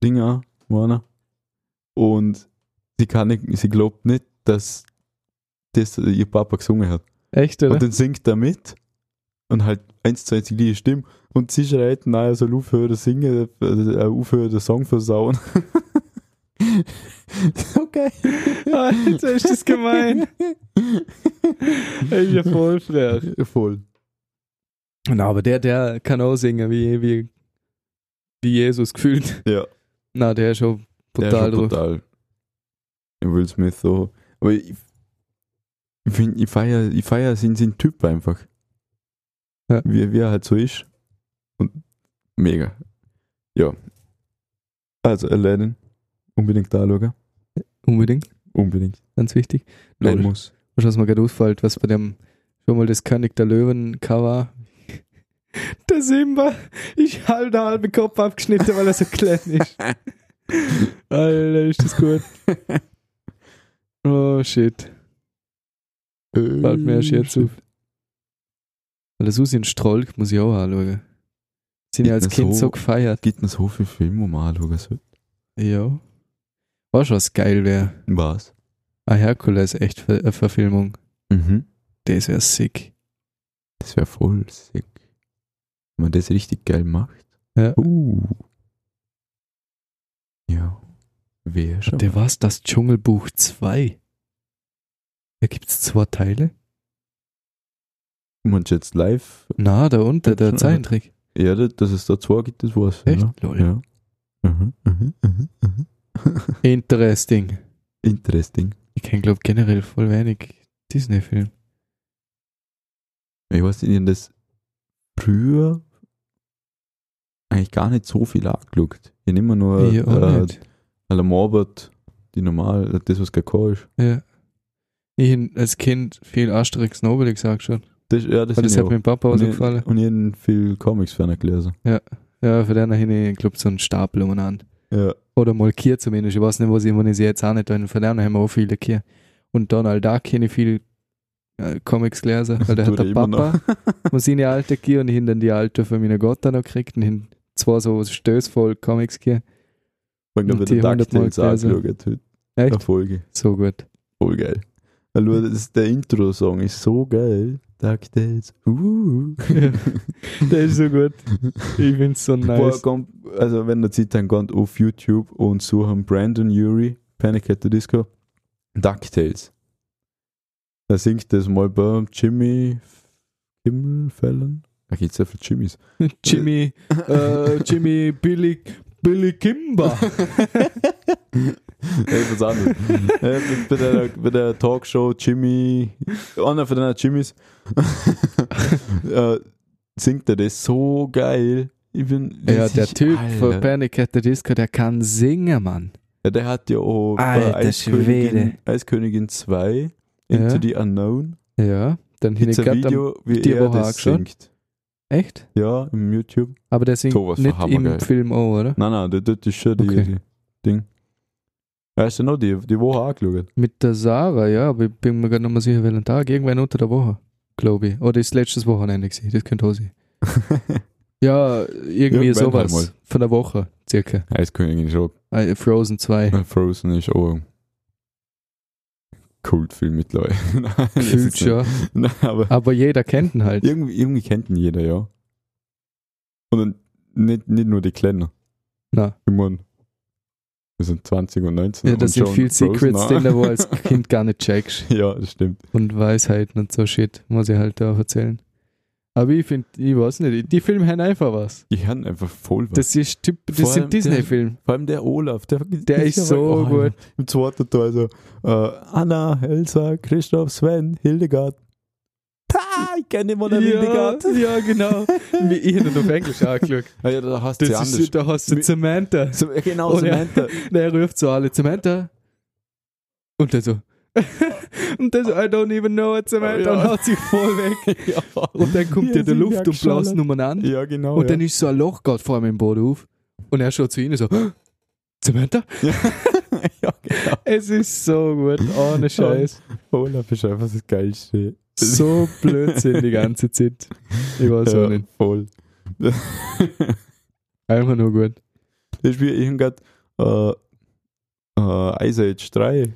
A: Dinge an, Moana, und sie kann nicht, sie glaubt nicht, dass das ihr Papa gesungen hat.
B: Echt, oder? <laughs>
A: Und dann singt er mit und halt eins zu eins die gleiche Stimme und sie schreit, naja, soll aufhören zu singen, äh, aufhören den Song versauen. <laughs>
B: <laughs>
A: okay.
B: Alter, ist das
A: <laughs>
B: gemein. Ich bin voll frech.
A: Voll.
B: Na, aber der, der kann auch singen, wie, wie, wie Jesus gefühlt. <laughs>
A: Ja.
B: Na, der ist schon
A: Der ist
B: brutal
A: schon
B: drauf.
A: brutal. Ja, Will Smith so. Aber ich, ich, find, ich feier, ich feier sind sein Typ einfach.
B: Ja.
A: Wie, wie er halt so ist. Und mega. Ja. Also Aladdin. Unbedingt da schauen.
B: Unbedingt,
A: Unbedingt.
B: ganz wichtig.
A: Nein,
B: Lol.
A: muss.
B: Weißt du, was mir gerade auffällt, was bei dem schon mal das König der Löwen-Cover. <laughs> Der Simba, ich habe den halben Kopf abgeschnitten, weil er so klein ist. Alter, ist das <laughs> gut. Oh shit, <laughs> fällt mir erst
A: Äh,
B: jetzt auf. Weil Hm, Susi und Strolk muss ich auch anschauen. Sind ja als
A: Fitness
B: Kind so
A: hoch.
B: gefeiert.
A: Gibt es so viele Filme, wo man anschauen sollte?
B: Ja. Weißt du, was geil Ah, wäre?
A: Was?
B: Eine Herkules-Echtverfilmung.
A: Mhm.
B: äh, Das wäre sick.
A: Das wäre voll sick. Wenn man das richtig geil macht.
B: Ja.
A: Uh. Ja. Wer schon?
B: Der war's, das Dschungelbuch 2. Da gibt's zwei Teile.
A: Meinst du jetzt live?
B: Na, da unten, der
A: Gibt's-
B: Zeichentrick.
A: Ja, da- dass es da zwei gibt, das war's.
B: Echt?
A: Ja.
B: Lol.
A: ja. Mhm, mhm, mhm, mhm. <laughs>
B: Interesting.
A: Interesting.
B: Ich kenn glaub generell voll wenig Disney-Film.
A: Ich weiß nicht, ich hab das früher eigentlich gar nicht so viel angeschaut. Ich nehme nur
B: Ich auch
A: äh,
B: nicht.
A: Alan Morbert, die normal, äh, das was gekommen ist.
B: Ja. Ich hab als Kind viel Asterix und Obelix angeschaut.
A: Das, ja, das,
B: Weil Oh, das
A: hab
B: hat
A: ich
B: meinem Papa auch
A: und
B: so
A: ich-
B: gefallen.
A: auch. Und ich hab viel Comics ferner gelesen.
B: Ja, für den hin ich glaub so einen Stapel umeinander.
A: Ja.
B: Oder mal Kier zumindest. Ich weiß nicht, was ich immunisiere jetzt auch nicht. weil Von denen haben wir auch viele Kier. Und Donald Duck kenne ich viel äh, Comics gelesen, weil da
A: Tut
B: hat der
A: er immer
B: Papa
A: <laughs>
B: und seine alte Kier und ich hab dann die alte von meiner Gotta noch gekriegt und hin zwei so stößvoll Comics Kier.
A: Wenn
B: Und
A: ich
B: die
A: den
B: 100 Mal
A: DuckTales
B: gelesen.
A: angeschaut heute.
B: Echt?
A: Eine Folge.
B: So
A: <laughs>
B: gut.
A: Ah,
B: <laughs>
A: Voll geil. Weil nur das, der Intro-Song ist so geil. DuckTales. Uh.
B: Der ist so gut. Ich find's so
A: Boah,
B: <laughs> nice.
A: kommt, also wenn ihr Zeit dann geht auf YouTube und suchen Brandon Urie, Panic at the Disco, DuckTales. Da singt das mal bei Jimmy Kimmel Fallon. Da gibt es ja viele Jimmys.
B: Jimmy, äh, Jimmy Billy, Billy Kimber.
A: Ey, was anderes. Äh, bei, der, bei der Talkshow Jimmy, einer von den Jimmys, <laughs> äh, singt er das so geil. Ich bin,
B: <laughs> ja, der
A: ich-
B: Typ von
A: Alter.
B: Panic at the Disco, der kann singen, Mann.
A: Ja, der hat ja auch bei
B: Alter Schwede.
A: Eiskönigin, Eiskönigin 2 Into
B: Ja.
A: the Unknown.
B: Ja, dann hin
A: Gibt's
B: ich
A: ein
B: grad am,
A: Video, wie
B: die
A: er
B: Woche
A: das
B: angeschaut.
A: singt.
B: Echt?
A: Ja, im YouTube.
B: Aber der singt
A: Sowas von
B: nicht im
A: hammergeil.
B: Film auch, oder?
A: Nein, nein, das, das ist schon die,
B: Okay.
A: die Ding. Hast du noch die, die Woche angeschaut?
B: Mit der Sarah, ja, aber ich bin mir gar nicht mehr sicher, welchen Tag. Irgendwann unter der Woche, glaube ich. Oder ist letztes Wochenende gewesen, das könnte auch sein. Ja, irgendwie
A: Irgendwann
B: sowas.
A: halt mal.
B: Von der Woche, circa.
A: Eiskönigin ist auch,
B: Äh, Frozen
A: <laughs>
B: 2.
A: Frozen ist auch ein Kultfilm mittlerweile. <laughs> Nein, ist es
B: Gefühlt
A: nicht.
B: schon.
A: Nein, aber
B: Aber jeder kennt ihn halt.
A: irgendwie, irgendwie kennt ihn jeder, ja. Und dann nicht, nicht nur die Kleinen.
B: Na,
A: Ich meine, wir sind 20 und 19.
B: ja, das
A: und
B: sind viel
A: Frozen
B: Secrets
A: auch. <laughs>
B: drin, wo du als Kind gar nicht checkst.
A: Ja, das stimmt.
B: Und Weisheiten und so Shit, muss ich halt da auch halt erzählen. Aber ich finde, ich weiß nicht, die Filme haben einfach was.
A: Die haben einfach voll was.
B: Das, ist typ,
A: Vor allem
B: das sind Disney-Filme.
A: Vor allem der Olaf, der,
B: Der ist so gut.
A: Oh, Im zweiten Teil so, äh, Anna, Elsa, Christoph, Sven, Hildegard. Ta, ich kenne immer den Hildegard.
B: ja,
A: <laughs>
B: genau. ich hätte nur auf Englisch angeschaut.
A: Ah ja, da hast du
B: Das
A: sie
B: ist,
A: anders.
B: Da hast du
A: Mi-
B: Samantha.
A: So, genau,
B: Oh, ja.
A: Samantha.
B: Der ruft so alle Samantha. Und dann so. <laughs> und dann so, I don't even know what Samantha.
A: Oh, ja.
B: Und haut sich voll weg.
A: <laughs> ja.
B: Und dann kommt
A: Ja,
B: dir der
A: sie
B: Luft und blaust
A: weggeschallert.
B: Nummern an.
A: ja, genau.
B: Und
A: ja.
B: dann ist so ein Loch gerade vor ihm im Boden auf. Und er schaut zu ihnen so, "Hä? Samantha?
A: <laughs> ja, genau.
B: <laughs>
A: Oh,
B: Es ist so gut, ohne Oh, ne Scheiß.
A: Olaf ist einfach das Geilste.
B: So <laughs> Blödsinn die ganze Zeit. Ich weiß
A: ja,
B: auch Also nicht.
A: <laughs> voll.
B: Einfach nur gut.
A: Das ist wie irgendwie äh, äh, Ice Age 3.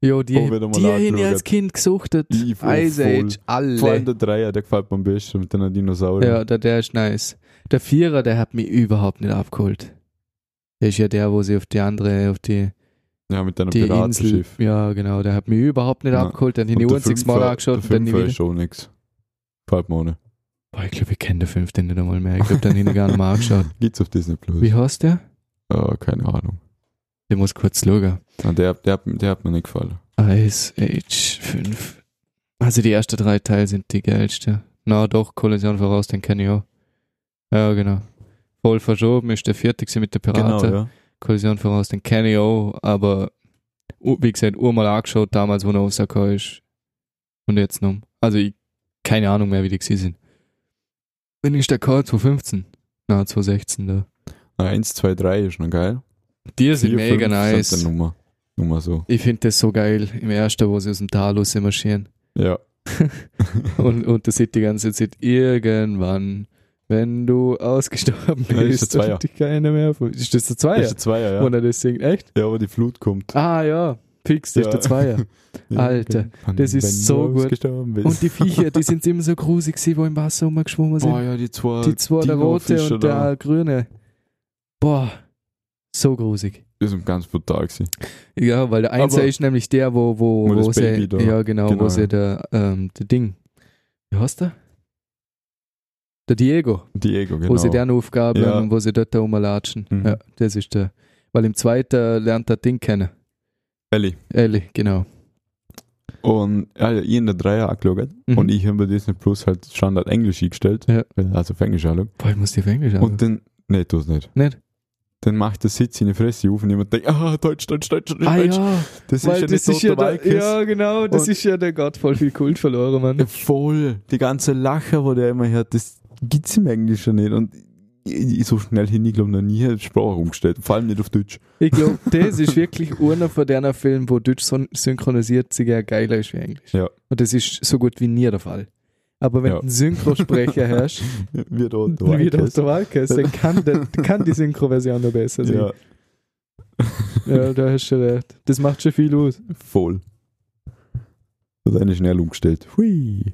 B: Jo, die,
A: Oh, wenn du mal
B: die hätte ich
A: angeschaut.
B: als Kind gesuchtet.
A: Ich
B: Ice
A: voll, voll.
B: Age,
A: Vor allem
B: alle.
A: der Dreier, der gefällt mir am besten mit den Dinosauriern.
B: Ja, der, der ist nice. Der Vierer, der hat mich überhaupt nicht abgeholt. Der ist ja der, wo sie auf die andere, auf die,
A: Ja, mit deinem
B: die Insel.
A: Piratenschiff.
B: Ja, genau, der hat mich überhaupt nicht
A: Ja.
B: abgeholt. Dann habe ich
A: Und der
B: nur ein einziges
A: Fünfer-
B: Mal angeschaut und
A: Der
B: dann nie
A: Fünfer
B: wieder.
A: ist schon nix. Gefällt mir auch nicht.
B: Boah, ich glaube, ich kenne den fünften nicht einmal mehr. Ich glaube, den habe ich gar nicht mal angeschaut.
A: <laughs> Gibt's auf Disney Plus?
B: Wie heißt der?
A: Ah, keine Ahnung.
B: Der muss kurz schauen.
A: Ah, der, der, hat- der hat mir nicht gefallen.
B: Ice Age 5. Also die ersten drei Teile sind die geilsten. Na doch, Kollision voraus, den kenne ich auch. Ja, genau. Voll verschoben ist der vierte gewesen mit der Piraten.
A: Genau, ja.
B: Kollision voraus, den kenne ich auch, aber u- wie gesagt, urmal angeschaut damals, wo er Osaka ist. Und jetzt noch. Also ich keine Ahnung mehr, wie die gewesen sind. Wenn ich der K 2015? Na, 2016 da.
A: Ah, 1, 2, 3 ist noch geil.
B: Die sind
A: Vier,
B: mega
A: fünf
B: nice.
A: Sind dann Nummer. Nummer so.
B: Ich finde das so geil, im ersten, wo sie aus dem Tal raus marschieren.
A: <laughs> Ja.
B: Und, und das sieht die ganze Zeit irgendwann, wenn du ausgestorben
A: Ja, das ist
B: bist
A: der Zweier.
B: und dich keiner mehr von- Ist das der Zweier?
A: Ist der Zweier, ja.
B: Und er das singt, echt?
A: ja, wo die Flut kommt.
B: Ah ja, fix, das
A: Ja.
B: ist der Zweier.
A: <laughs> Ja,
B: Alter,
A: wenn-
B: das ist
A: wenn
B: so
A: du
B: gut.
A: ausgestorben bist.
B: Und die Viecher, die sind immer so grusig gewesen, wo im Wasser rumgeschwommen
A: <laughs>
B: sind.
A: Boah, ja, die zwei.
B: die zwei, der rote
A: Dinofische
B: und
A: da.
B: der grüne. Boah, so grusig.
A: Die sind ganz brutal gewesen.
B: Ja, weil der
A: Aber-
B: Einser ist nämlich der, wo, wo,
A: Wo
B: wo
A: das
B: sie,
A: Baby da-
B: ja genau,
A: genau,
B: wo sie
A: ja.
B: der, ähm, der Ding, wie heißt der? Der Diego,
A: Diego, genau.
B: wo sie den aufgaben
A: Ja.
B: und wo sie dort da rumlatschen.
A: Mhm.
B: Ja, das ist der. Weil im zweiten lernt er Ding kennen.
A: Ellie.
B: Ellie, genau.
A: Und ja, ja, ich in der Dreier angeschaut.
B: Mhm.
A: Und ich habe bei Disney Plus halt Standard Englisch eingestellt.
B: Ja.
A: Also auf Englisch angeschaut.
B: Boah, ich muss die auf Englisch
A: Und dann, nee, tu es nicht.
B: Nicht?
A: Dann macht der Sitz in die Fresse auf und jemand denkt, ah, Deutsch, Deutsch, Deutsch, Deutsch.
B: Ah
A: Deutsch.
B: ja,
A: Das
B: weil
A: ist ja
B: das
A: nicht
B: ist
A: so
B: ja,
A: der
B: der, ja genau, das
A: Und-
B: ist ja der Gott voll viel Kult verloren, Mann.
A: Voll. Die ganze Lache, wo der immer hört, das gibt's im Englischen nicht. Und ich, ich so schnell hin, ich glaube, noch nie eine Sprache umgestellt. Vor allem nicht auf Deutsch.
B: Ich glaube, das ist wirklich einer von denen Filmen, wo Deutsch son- synchronisiert sich ja geiler ist wie Englisch.
A: Ja.
B: Und das ist so gut wie nie der Fall. Aber wenn
A: Ja.
B: du einen
A: <laughs>
B: Synchrosprecher hast,
A: Wird auch da
B: wie der Otto Walkes, dann kann, der, kann die Synchroversion noch besser sein.
A: Ja,
B: Ja. da hast du schon recht. Das macht schon viel aus.
A: voll. Das ist eigentlich schnell umgestellt. Hui.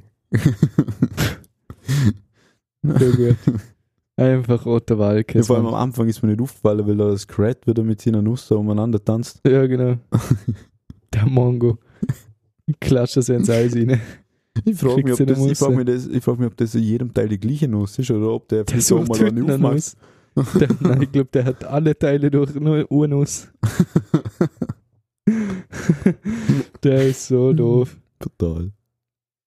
B: Sehr gut. <laughs> Einfach Otto
A: Ja,
B: Walkes.
A: vor allem
B: Mann.
A: am Anfang ist mir nicht aufgefallen, weil da das Crat wieder mit seiner Nuss da umeinander tanzt. <laughs>
B: Ja, genau. Der Mongo. Klatscht das ins Eis rein.
A: Ich frage mich,
B: Kriegst
A: ob
B: du
A: das,
B: eine
A: ich frag
B: Nuss.
A: mich, das, ich frag mich, ob das in jedem Teil die gleiche Nuss ist oder ob <laughs> der
B: Der
A: vielleicht auch
B: sucht
A: mal eine
B: heute
A: aufmacht.
B: Nuss. Der, nein, ich glaube, der hat alle Teile durch nur Urnuss.
A: <laughs>
B: der ist so doof.
A: Total.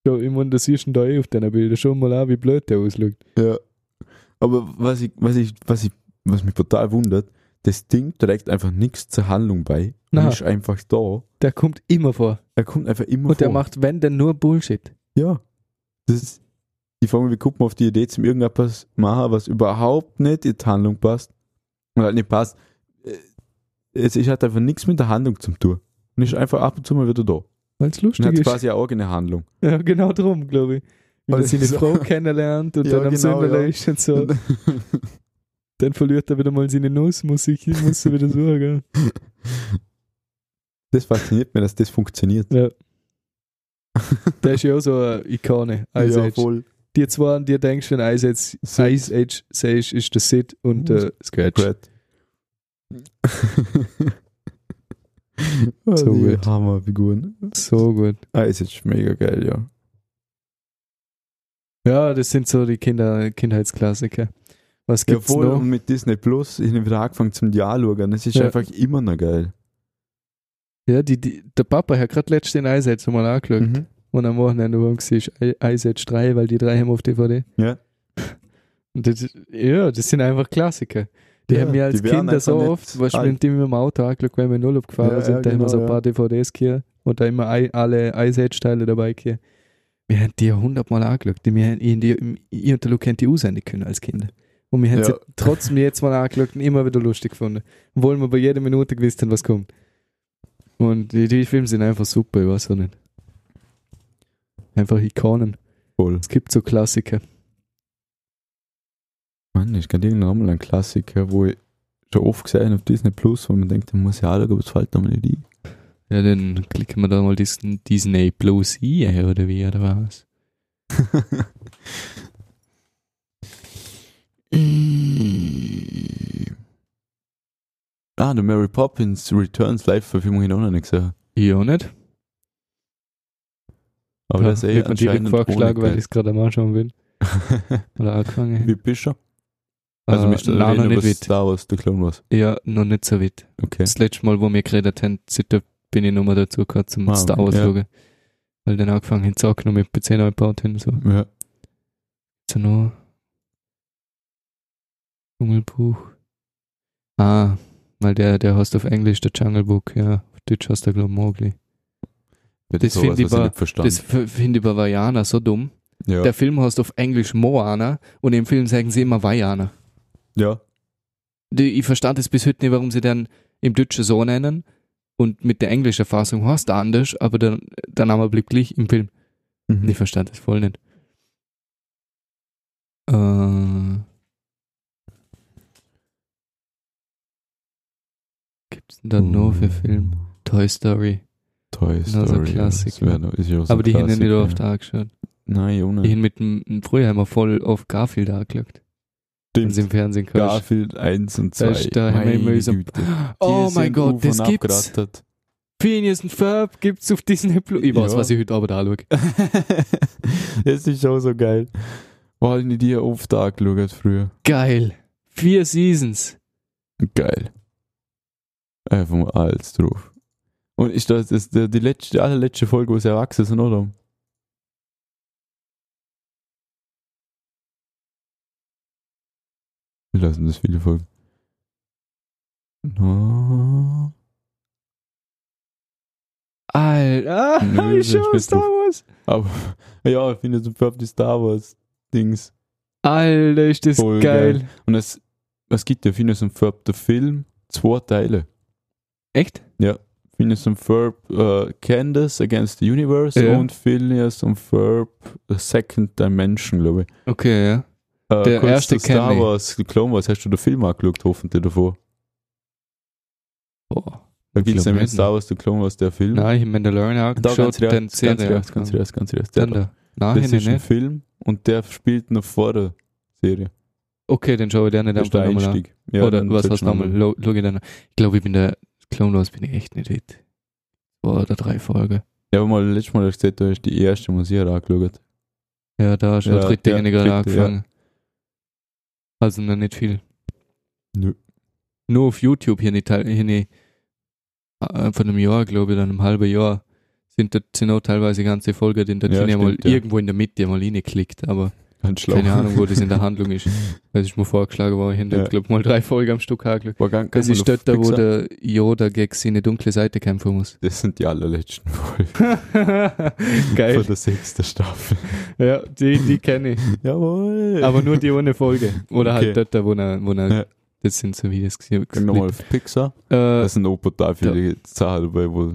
B: Ja, ich meine, das ist denn da eh auf deinen Bildern schon mal an, wie blöd der aussieht.
A: Ja. Aber was ich, was ich, was ich, was mich total wundert, das Ding trägt einfach nichts zur Handlung bei.
B: Nein.
A: Und ist einfach da.
B: Der kommt immer vor.
A: Er kommt einfach immer
B: Und
A: vor.
B: der macht, wenn, dann nur Bullshit.
A: Ja. Das ist, ich frage mich, wie kommt man auf die Idee, zum irgendetwas machen, was überhaupt nicht in die Handlung passt. Und halt nicht passt. Äh, Es ist halt einfach nichts mit der Handlung zum tun. Und ist einfach ab und zu mal wieder da.
B: Weil es
A: Und
B: lustig
A: hat
B: ist.
A: quasi auch eine Handlung.
B: Ja, genau drum, glaube Also ich. Wenn
A: Aber
B: er seine
A: so-
B: Frau kennenlernt <laughs> und
A: Ja,
B: dann am
A: genau,
B: Sünderle
A: ja.
B: ist und so, <laughs> dann verliert er wieder mal seine Nuss, muss ich, muss er wieder suchen. Gell?
A: Das fasziniert mich, dass das funktioniert.
B: <laughs> Der ist ja auch so eine Ikone. Ice Age.
A: voll.
B: die zwei, an die denkst, wenn Ice Age,
A: Sid.
B: Ice Age sagst, ist der Sid und äh, Scratch. <laughs>
A: Brett. so
B: die
A: gut. Oh, Hammerfiguren.
B: So gut.
A: Ah, ist jetzt mega geil, ja.
B: Ja, das sind so die Kinder, Kindheitsklassiker. Was
A: Ja,
B: gibt's
A: voll,
B: noch?
A: und mit Disney Plus, ich habe wieder angefangen zum Dialogen. Das ist
B: Ja.
A: einfach immer noch geil.
B: Ja, die, die, der Papa hat gerade letztens den Eisetz mal angeschaut.
A: Mhm.
B: Und am Wochenende waren es Eisetz 3, weil die drei haben auf DVD.
A: Ja.
B: Und das, ja, das sind einfach Klassiker. Die
A: Ja,
B: haben wir als
A: die werden
B: Kinder so
A: einfach nicht
B: oft, was
A: alt.
B: mit dem wir im Auto angeschaut, wenn wir in Urlaub gefahren
A: Ja,
B: sind,
A: ja,
B: da haben wir so ein
A: genau,
B: paar DVDs hier und da immer ei- alle Eisetz-Teile dabei hier. Wir haben die ja hundertmal angeschaut. Die, wir haben, ich, die, ich und der Luke haben die aussenden können als Kinder. Und wir haben
A: Ja.
B: sie trotzdem jetzt mal angeschaut und immer wieder lustig gefunden. Obwohl wir bei jeder Minute gewusst haben, was kommt. Und die, die Filme sind einfach super, ich weiß auch nicht. Einfach Ikonen.
A: Voll.
B: Es gibt so Klassiker.
A: Mann, ich kann irgendwann nochmal einen Klassiker, wo ich schon oft gesehen habe auf Disney Plus, wo man denkt, da muss ich anschauen, aber es fällt mir nicht ein.
B: Ja, dann klicken wir da mal diesen Disney Plus ein, oder wie, oder was?
A: ah, der Mary Poppins Returns Live-Verfilmung habe ich noch nicht gesehen.
B: Ja, nicht?
A: Aber das ist eh
B: Wird mir direkt
A: anscheinend
B: vorgeschlagen, weil
A: ohne
B: ich es gerade am Anschauen bin.
A: Geld.
B: Oder
A: <laughs>
B: angefangen.
A: Wie bist du? Also,
B: Äh,
A: mich
B: nein, noch nicht weit.
A: Star Wars, der Clone Wars.
B: Ja, noch nicht so weit.
A: Okay.
B: Das letzte Mal, wo wir geredet haben, seitdem bin ich nochmal dazu gekommen, zum
A: Ah,
B: Star Wars
A: ja.
B: schauen. Weil dann angefangen haben, zu noch mit PC neu gebaut haben, so.
A: Ja.
B: So noch. Dschungelbuch. Ah, weil der, der heißt auf Englisch der Jungle Book, ja. Auf Deutsch heißt der, glaube ich, Mowgli. Das
A: ist
B: finde ich
A: was ich
B: aber-
A: nicht verstanden.
B: Das f- finde ich bei Vajana so dumm.
A: ja.
B: Der Film heißt auf Englisch Moana und im Film sagen sie immer Vajana.
A: ja.
B: Die, ich verstand es bis heute nicht, warum sie dann im Deutschen so nennen und mit der englischen Fassung heißt er anders, aber der, der Name bleibt gleich im Film.
A: Mhm.
B: Ich verstand es voll nicht. Äh, gibt's denn da noch
A: Oh.
B: für Film? Toy Story.
A: Mhm. Toy
B: so ein
A: Story. ja.
B: Klassiker.
A: Das wär noch- ist ja so
B: aber
A: ein
B: die haben ja nicht
A: Klassiker.
B: oft angeschaut.
A: Nein,
B: Die
A: ohne.
B: haben mit dem dem Frühheimer voll auf Garfield angeschaut. Wenn sie im Fernsehen kannst.
A: Garfield 1 und 2.
B: Da ist- da haben wir immer so- <gasps> Oh mein Gott, das gibt's. Phineas und Ferb gibt's auf Disney Plus. Ich weiß,
A: Ja.
B: was ich heute Abend anschaue.
A: <laughs> das ist auch so geil. War ich nicht hier oft angeschaut früher.
B: Geil. Vier Seasons.
A: Geil. Einfach mal alles drauf. Und ist das, das der, die letzte, die allerletzte Folge, wo sie erwachsen sind, oder? Wir lassen das viele Folgen. No. <laughs>
B: Alter. Ah,
A: Nö,
B: ich
A: das
B: schau
A: ist
B: Star
A: doof.
B: Wars.
A: Aber ja, ich finde super auf die Star Wars Dings.
B: Alter, ist das
A: Voll
B: geil.
A: Und es, es gibt ja Phineas und Ferb, der Film, zwei Teile.
B: Echt?
A: Phineas und Ferb äh, Candace Against the Universe
B: Ja.
A: und Phineas und Ferb The Second Dimension, glaube ich.
B: Okay, ja.
A: Äh,
B: Der
A: kurz
B: erste
A: zu Star
B: kenn ich.
A: Wars, Clone Wars, hast du den Film angeschaut, hoffentlich davor.
B: Boah.
A: Da gibt es
B: glaub
A: nämlich
B: nicht.
A: Star Wars, The Clone Wars, der Film.
B: Nein, ich hab Mandalorian
A: da ganz
B: angeschaut,
A: rechts,
B: dann
A: ganz genau, rechts, ganz
B: Serie.
A: rechts, ganz rechts. Der-
B: Dann da. Ah, Nein,
A: Das
B: hab ich
A: ist ein
B: nicht.
A: Film und der spielt noch vor der Serie.
B: Okay, dann schaue ich den nicht
A: Das ist der
B: einfach nochmal an.
A: Einstieg. Ja,
B: Oder
A: dann
B: was
A: sollst
B: heißt
A: du
B: nochmal? Lo- Schau ich dann an. Ich glaube, ich bin der Clone Wars bin ich echt nicht weit. Zwei oder drei Folgen.
A: Ja, aber mal letztes Mal hast du gesagt, du hast die erste Musik angeschaut.
B: Ja, da schon
A: Ja,
B: ja, dritte
A: ja,
B: ja, gerade
A: dritte, ja.
B: angefangen. Also noch nicht viel.
A: Nö.
B: Nur auf YouTube hier nicht, teil- hier nicht äh, von einem Jahr, glaube ich, oder einem halben Jahr sind da sind auch teilweise ganze Folgen, die da
A: Ja,
B: ja, mal
A: stimmt, ja.
B: irgendwo in der Mitte mal reingeklickt,
A: <laughs>
B: aber
A: Ganz schlau.
B: keine
A: <laughs>
B: Ahnung, wo das in der Handlung ist. Das ist mir vorgeschlagen worden, ich habe
A: Ja.
B: ja. glaube mal drei Folgen am Stück angeschaut.
A: War ganz,
B: Das
A: ganz
B: ist dort, da, wo der Yoda gegen seine dunkle Seite kämpfen
A: <laughs>
B: muss.
A: Das sind die allerletzten Folgen
B: <laughs> Geil.
A: von der sechsten Staffel.
B: Ja, die, die kenne ich.
A: <laughs> Jawohl.
B: Aber nur die ohne Folge. Oder
A: Okay.
B: halt dort, da, wo er, wo er,
A: Ja.
B: das sind so Videos
A: Gang nochmal auf Pixar.
B: Äh,
A: Das sind auch brutal viele Zahlen dabei, wo.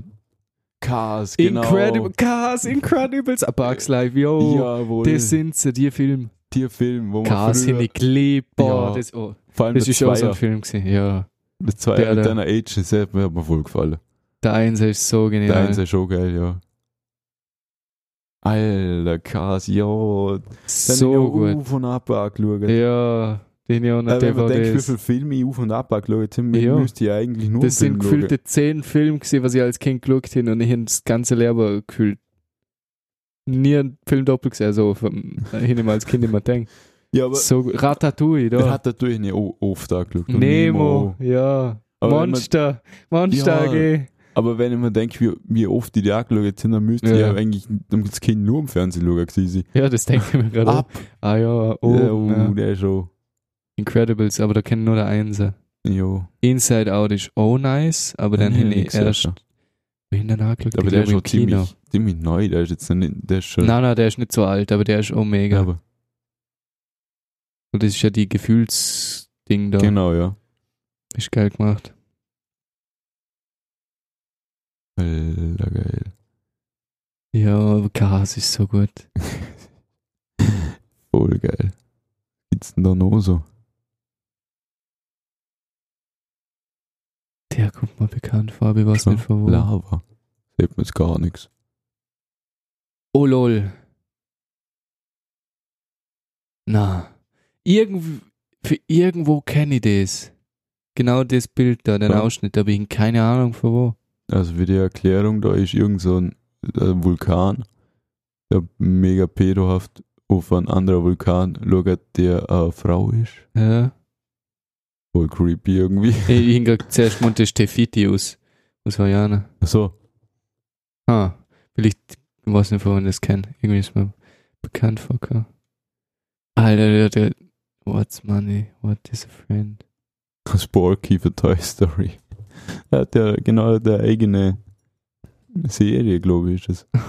A: Cars, genau.
B: Incredible
A: <laughs>
B: Cars, Incredibles, A Bugs Life, yo.
A: Jawohl.
B: das sind so die Filme.
A: die Filme, wo man
B: Cars
A: früher,
B: in die Klippe.
A: Ja.
B: Boah, das, oh,
A: vor allem
B: das
A: der
B: ist auch so
A: Zweier,
B: ein Film gewesen. Ja.
A: der Zweier
B: der
A: mit
B: da.
A: deiner Age, das hat mir hat mir voll gefallen.
B: Der Einser ist so
A: Der
B: genial.
A: Eins ist schon geil, ja. Alter, Cars, ja. Dann hab
B: so
A: ich auch
B: gut.
A: Auf und ab angeschaut.
B: Ja, den ja und
A: Äh, wenn man denkt, wie viele
B: DVDs.
A: Filme ich auf und ab angeschaut habe,
B: Ja.
A: müsste ich eigentlich nur
B: Das
A: einen Film
B: sind
A: schauen.
B: gefühlte zehn Filme gewesen, was ich als Kind geschaut habe und ich habe das ganze Lehrer gefühlt nie einen Film doppelt gesehen, Also, so <laughs> vom, hin immer als Kind immer denkt.
A: Ja, aber
B: So Ratatouille,
A: der
B: da.
A: hat natürlich nicht o- oft angeschaut. Und
B: Nemo, ja.
A: Aber wenn man-
B: Monster, Monster
A: Ja.
B: AG.
A: Aber wenn ich mir denke, wie, wie oft die die angeschaut sind, dann müsste
B: Ja.
A: ich ja eigentlich das Kind nur im Fernsehen schauen gewesen sein.
B: Ja, das denke ich mir gerade. auch.
A: Ab!
B: Ah ja, oh,
A: ja, oh,
B: ja.
A: der ist schon.
B: Incredibles, aber da kennen nur der Einser.
A: Ja.
B: Inside Out ist oh nice, aber dann
A: Nein,
B: hin
A: nix
B: ich erst
A: gesehen.
B: bin dann angeschaut.
A: Aber
B: ich
A: der
B: glaub,
A: ist
B: im
A: schon
B: Kino.
A: ziemlich, ziemlich neu, der ist jetzt noch nicht. Der ist schon.
B: Nein, nein, der ist nicht so alt, aber der ist oh mega.
A: aber,
B: Und das ist ja die Gefühlsding da.
A: Genau, ja.
B: Ist geil gemacht.
A: Alter, geil. <laughs>
B: Ja, aber Gas ist so gut.
A: Voll geil. Gibt's denn da noch so?
B: Der kommt mir bekannt vor, aber ich weiß
A: So,
B: nicht von wo.
A: Lava. Sieht man jetzt gar nichts.
B: Oh lol. Na. Irgendw für irgendwo kenne ich das. Genau das Bild da, den
A: Ja.
B: Ausschnitt, aber ich habe keine Ahnung von wo.
A: Also wie die Erklärung, da ist irgend so ein äh, Vulkan, der mega pedohaft auf einen anderen Vulkan schaut, der eine Frau ist.
B: Ja.
A: Voll creepy irgendwie. <laughs>
B: Ich habe gerade zuerst Monte Stefitius aus Havana.
A: Achso,
B: Ah, vielleicht, ne? ich weiß nicht, von wann ich das kenne. Irgendwie ist mir bekannt vorgekommen. Alter, der, der, what's money, what is a friend?
A: Sporky für Toy Story. Er hat ja genau der eigene Serie, glaube ich, ist das.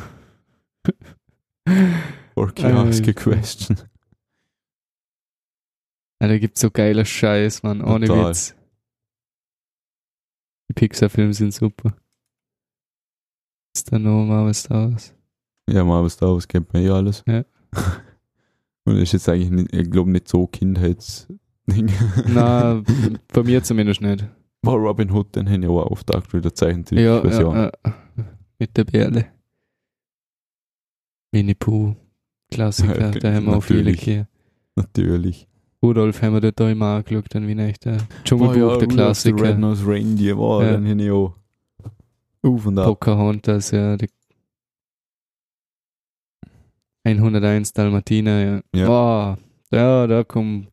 A: Sporky
B: Ah,
A: Ask a
B: ja.
A: Question.
B: Alter, gibt so geiler Scheiß, Mann, ohne
A: Total.
B: Witz. Die Pixar-Filme sind super. Ist da noch mal was da was?
A: Ja, Marvel Star Wars kennt man eh alles.
B: Ja.
A: <laughs> Und ist jetzt eigentlich, nicht, ich glaube, nicht so Kindheitsding.
B: Na, bei mir zumindest nicht.
A: <laughs> War Robin Hood, den haben ja auch oft aktuell der Zeichentrick.
B: Ja, ja, äh, mit der Bärle. Winnie Pooh,
A: <laughs> Ja,
B: Klassiker, da haben wir auch viele
A: natürlich.
B: hier.
A: Natürlich.
B: Rudolf haben wir dort auch immer angeschaut, dann wie echt
A: Oh
B: der Dschungelbuch, der
A: Red
B: Klassiker.
A: Nose Reindeer, wow,
B: Ja.
A: den haben ja auch auf und ab.
B: Pocahontas, ja. Die 101 Dalmatiner, ja.
A: Ja.
B: Boah, ja, da kommen